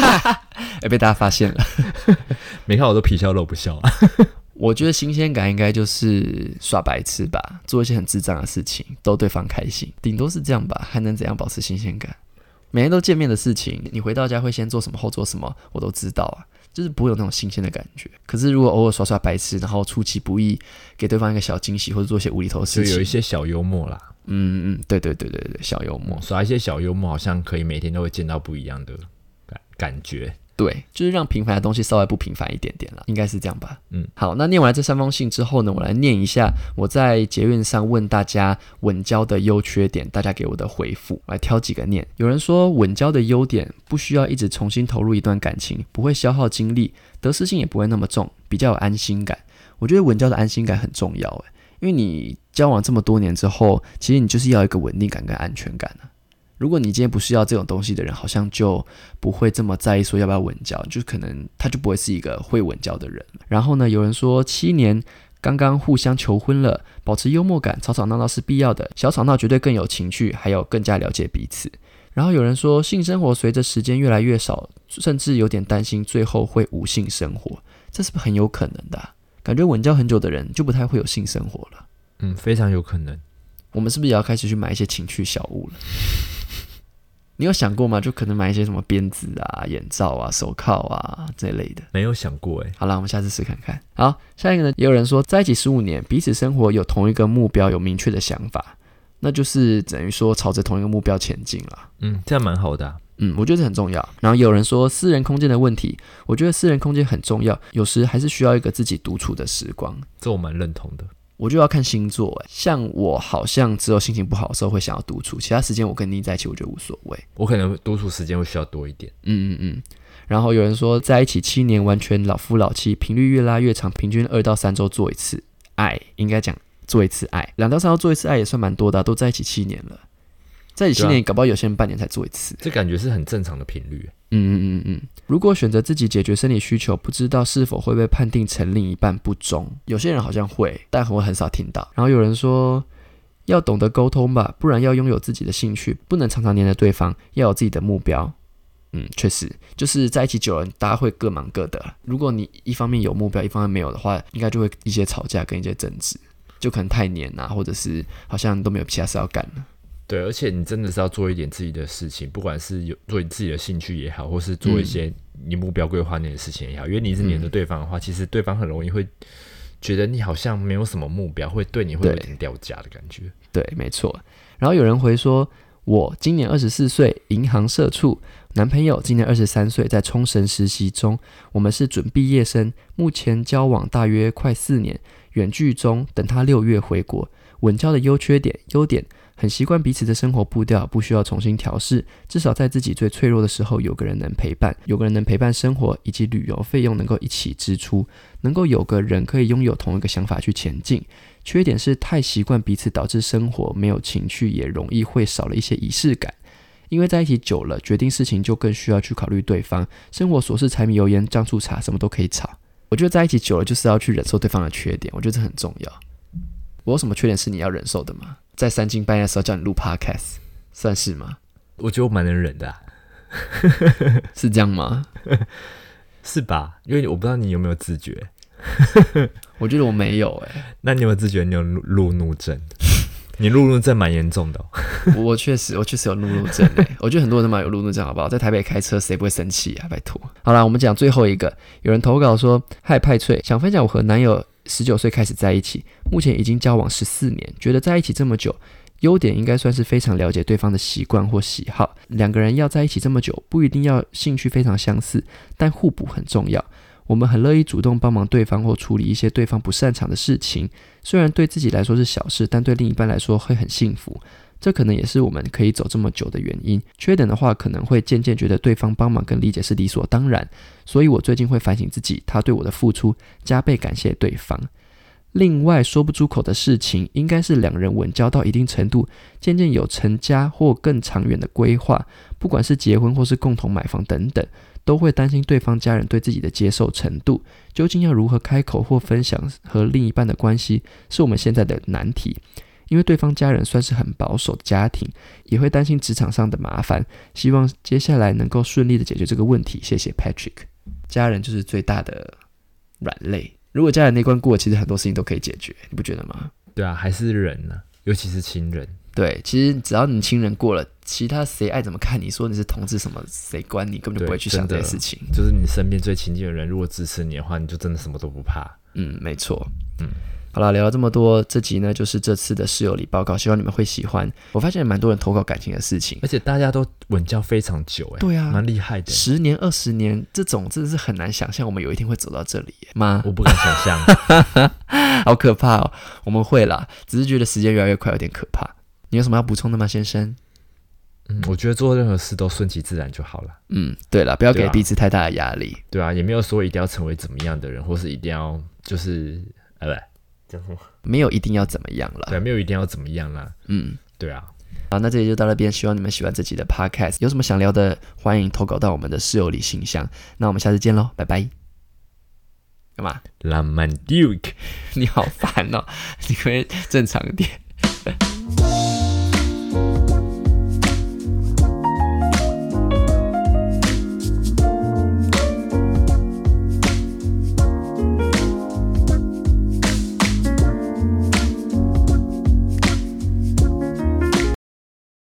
Speaker 1: 诶，被大家发现了。
Speaker 2: 没看我都皮笑肉不笑啊。
Speaker 1: 我觉得新鲜感应该就是耍白痴吧，做一些很智障的事情，逗对方开心，顶多是这样吧。还能怎样保持新鲜感？每天都见面的事情，你回到家会先做什么，后做什么，我都知道啊，就是不会有那种新鲜的感觉。可是如果偶尔耍耍白痴，然后出其不意给对方一个小惊喜，或者做一些无厘头的
Speaker 2: 就
Speaker 1: 事情，
Speaker 2: 有一些小幽默啦，
Speaker 1: 嗯嗯，对对对对对，小幽默。
Speaker 2: 耍一些小幽默，好像可以每天都会见到不一样的感感觉。
Speaker 1: 对，就是让平凡的东西稍微不平凡一点点啦，应该是这样吧。
Speaker 2: 嗯，
Speaker 1: 好，那念完这三封信之后呢，我来念一下我在捷运上问大家稳交的优缺点，大家给我的回复，我来挑几个念。有人说稳交的优点不需要一直重新投入一段感情，不会消耗精力，得失心也不会那么重，比较有安心感。我觉得稳交的安心感很重要，诶，因为你交往这么多年之后，其实你就是要有一个稳定感跟安全感啊。如果你今天不是要这种东西的人，好像就不会这么在意说要不要稳交，就可能他就不会是一个会稳交的人。然后呢，有人说七年刚刚互相求婚了，保持幽默感，吵吵闹闹是必要的，小吵闹绝对更有情趣，还有更加了解彼此。然后有人说，性生活随着时间越来越少，甚至有点担心最后会无性生活，这是不是很有可能的啊、感觉稳交很久的人就不太会有性生活了。
Speaker 2: 嗯，非常有可能。
Speaker 1: 我们是不是也要开始去买一些情趣小物了？ 你有想过吗？就可能买一些什么鞭子啊、眼罩啊、手铐啊这类的。
Speaker 2: 没有想过哎、
Speaker 1: 好啦，我们下次试看看。好，下一个呢，也有人说在一起十五年，彼此生活有同一个目标，有明确的想法，那就是等于说朝着同一个目标前进啦。
Speaker 2: 嗯，这样蛮好的啊、
Speaker 1: 嗯，我觉得这很重要。然后也有人说私人空间的问题，我觉得私人空间很重要，有时还是需要一个自己独处的时光。
Speaker 2: 这我蛮认同的。
Speaker 1: 我就要看星座诶，像我好像只有心情不好的时候会想要独处，其他时间我跟你在一起，我觉得无所谓。
Speaker 2: 我可能独处时间会需要多一点。
Speaker 1: 嗯嗯嗯。然后有人说在一起七年完全老夫老妻，频率越拉越长，平均二到三周做一次爱，应该讲做一次爱，两到三周做一次爱也算蛮多的啊、都在一起七年了，在一起七
Speaker 2: 对啊
Speaker 1: 年，搞不好有些人半年才做一次。
Speaker 2: 这感觉是很正常的频率欸。
Speaker 1: 嗯嗯嗯嗯，如果选择自己解决生理需求，不知道是否会被判定成另一半不忠。有些人好像会，但我很少听到。然后有人说，要懂得沟通吧，不然要拥有自己的兴趣，不能常常黏着对方，要有自己的目标。嗯，确实，就是在一起久了，大家会各忙各的。如果你一方面有目标，一方面没有的话，应该就会一些吵架跟一些争执，就可能太黏啊，或者是好像都没有其他事要干了。
Speaker 2: 对，而且你真的是要做一点自己的事情，不管是有做你自己的兴趣也好，或是做一些你目标规划内的事情也好，因为你一直黏着对方的话，其实对方很容易会觉得你好像没有什么目标，会对你会有
Speaker 1: 对
Speaker 2: 点掉价的感觉。
Speaker 1: 对，没错。然后有人回说，我今年二十四岁，银行社畜，男朋友今年二十三岁，在冲绳实习中，我们是准毕业生，目前交往大约快四年，远距中，等他六月回国。稳交的优缺点，优点很习惯彼此的生活步调，不需要重新调试，至少在自己最脆弱的时候，有个人能陪伴，有个人能陪伴生活以及旅游费用能够一起支出，能够有个人可以拥有同一个想法去前进。缺点是太习惯彼此，导致生活没有情趣，也容易会少了一些仪式感。因为在一起久了，决定事情就更需要去考虑对方。生活琐事、柴米油盐酱醋茶，什么都可以吵。我觉得在一起久了，就是要去忍受对方的缺点，我觉得这很重要。我有什么缺点是你要忍受的吗？在三更半夜的时候叫你录 podcast，算是吗？
Speaker 2: 我觉得我蛮能忍的、啊，
Speaker 1: 是这样吗？
Speaker 2: 是吧？因为我不知道你有没有自觉，
Speaker 1: 我觉得我没有欸诶、
Speaker 2: 那你有没有自觉你有路路怒症？ 你路怒症蛮严重的哦、
Speaker 1: 我我确实，我确实有路怒症哎、我觉得很多人都蛮有路怒症，好不好？在台北开车，谁不会生气啊？拜托。好啦，我们讲最后一个，有人投稿说，嗨派翠，想分享我和男友十九岁开始在一起，目前已经交往十四年，觉得在一起这么久。优点应该算是非常了解对方的习惯或喜好。两个人要在一起这么久，不一定要兴趣非常相似，但互补很重要。我们很乐意主动帮忙对方或处理一些对方不擅长的事情，虽然对自己来说是小事，但对另一半来说会很幸福。这可能也是我们可以走这么久的原因。缺点的话，可能会渐渐觉得对方帮忙跟理解是理所当然，所以我最近会反省自己，他对我的付出，加倍感谢对方。另外，说不出口的事情，应该是两人稳交到一定程度，渐渐有成家或更长远的规划，不管是结婚或是共同买房等等，都会担心对方家人对自己的接受程度。究竟要如何开口或分享和另一半的关系，是我们现在的难题。因为对方家人算是很保守的家庭，也会担心职场上的麻烦，希望接下来能够顺利的解决这个问题。谢谢 Patrick，家人就是最大的软肋。如果家人那关过，其实很多事情都可以解决，你不觉得吗？
Speaker 2: 对啊，还是忍呢、尤其是亲人。
Speaker 1: 对，其实只要你亲人过了，其他谁爱怎么看你说你是同志什么，谁管你，根本就不会
Speaker 2: 对
Speaker 1: 去想这些
Speaker 2: 真的
Speaker 1: 事情。
Speaker 2: 就是你身边最亲近的人，如果支持你的话，你就真的什么都不怕。
Speaker 1: 嗯，没错。嗯
Speaker 2: 嗯，
Speaker 1: 好了，聊了这么多，这集呢就是这次的室友里报告，希望你们会喜欢。我发现蛮多人投稿感情的事情，
Speaker 2: 而且大家都稳交非常久、哎，
Speaker 1: 对啊
Speaker 2: 蛮厉害的、
Speaker 1: 十年、二十年，这种真的是很难想象，我们有一天会走到这里耶吗？
Speaker 2: 我不敢想象。
Speaker 1: 好可怕哦！我们会啦，只是觉得时间越来越快，有点可怕。你有什么要补充的吗，先生？
Speaker 2: 嗯，我觉得做任何事都顺其自然就好了。
Speaker 1: 嗯，对了，不要
Speaker 2: 对
Speaker 1: 给
Speaker 2: 啊
Speaker 1: 彼此太大的压力。
Speaker 2: 对啊，也没有说一定要成为怎么样的人，或是一定要就是呃，不对，
Speaker 1: 没有一定要怎么样了。
Speaker 2: 对，没有一定要怎么样啦。
Speaker 1: 嗯，
Speaker 2: 对啊，
Speaker 1: 好，那这里就到这边，希望你们喜欢这集的 podcast。有什么想聊的，欢迎投稿到我们的室友里信箱。那我们下次见喽，拜拜。干嘛？
Speaker 2: 浪漫 Duke。
Speaker 1: 你好烦哦，你可不可以正常一点。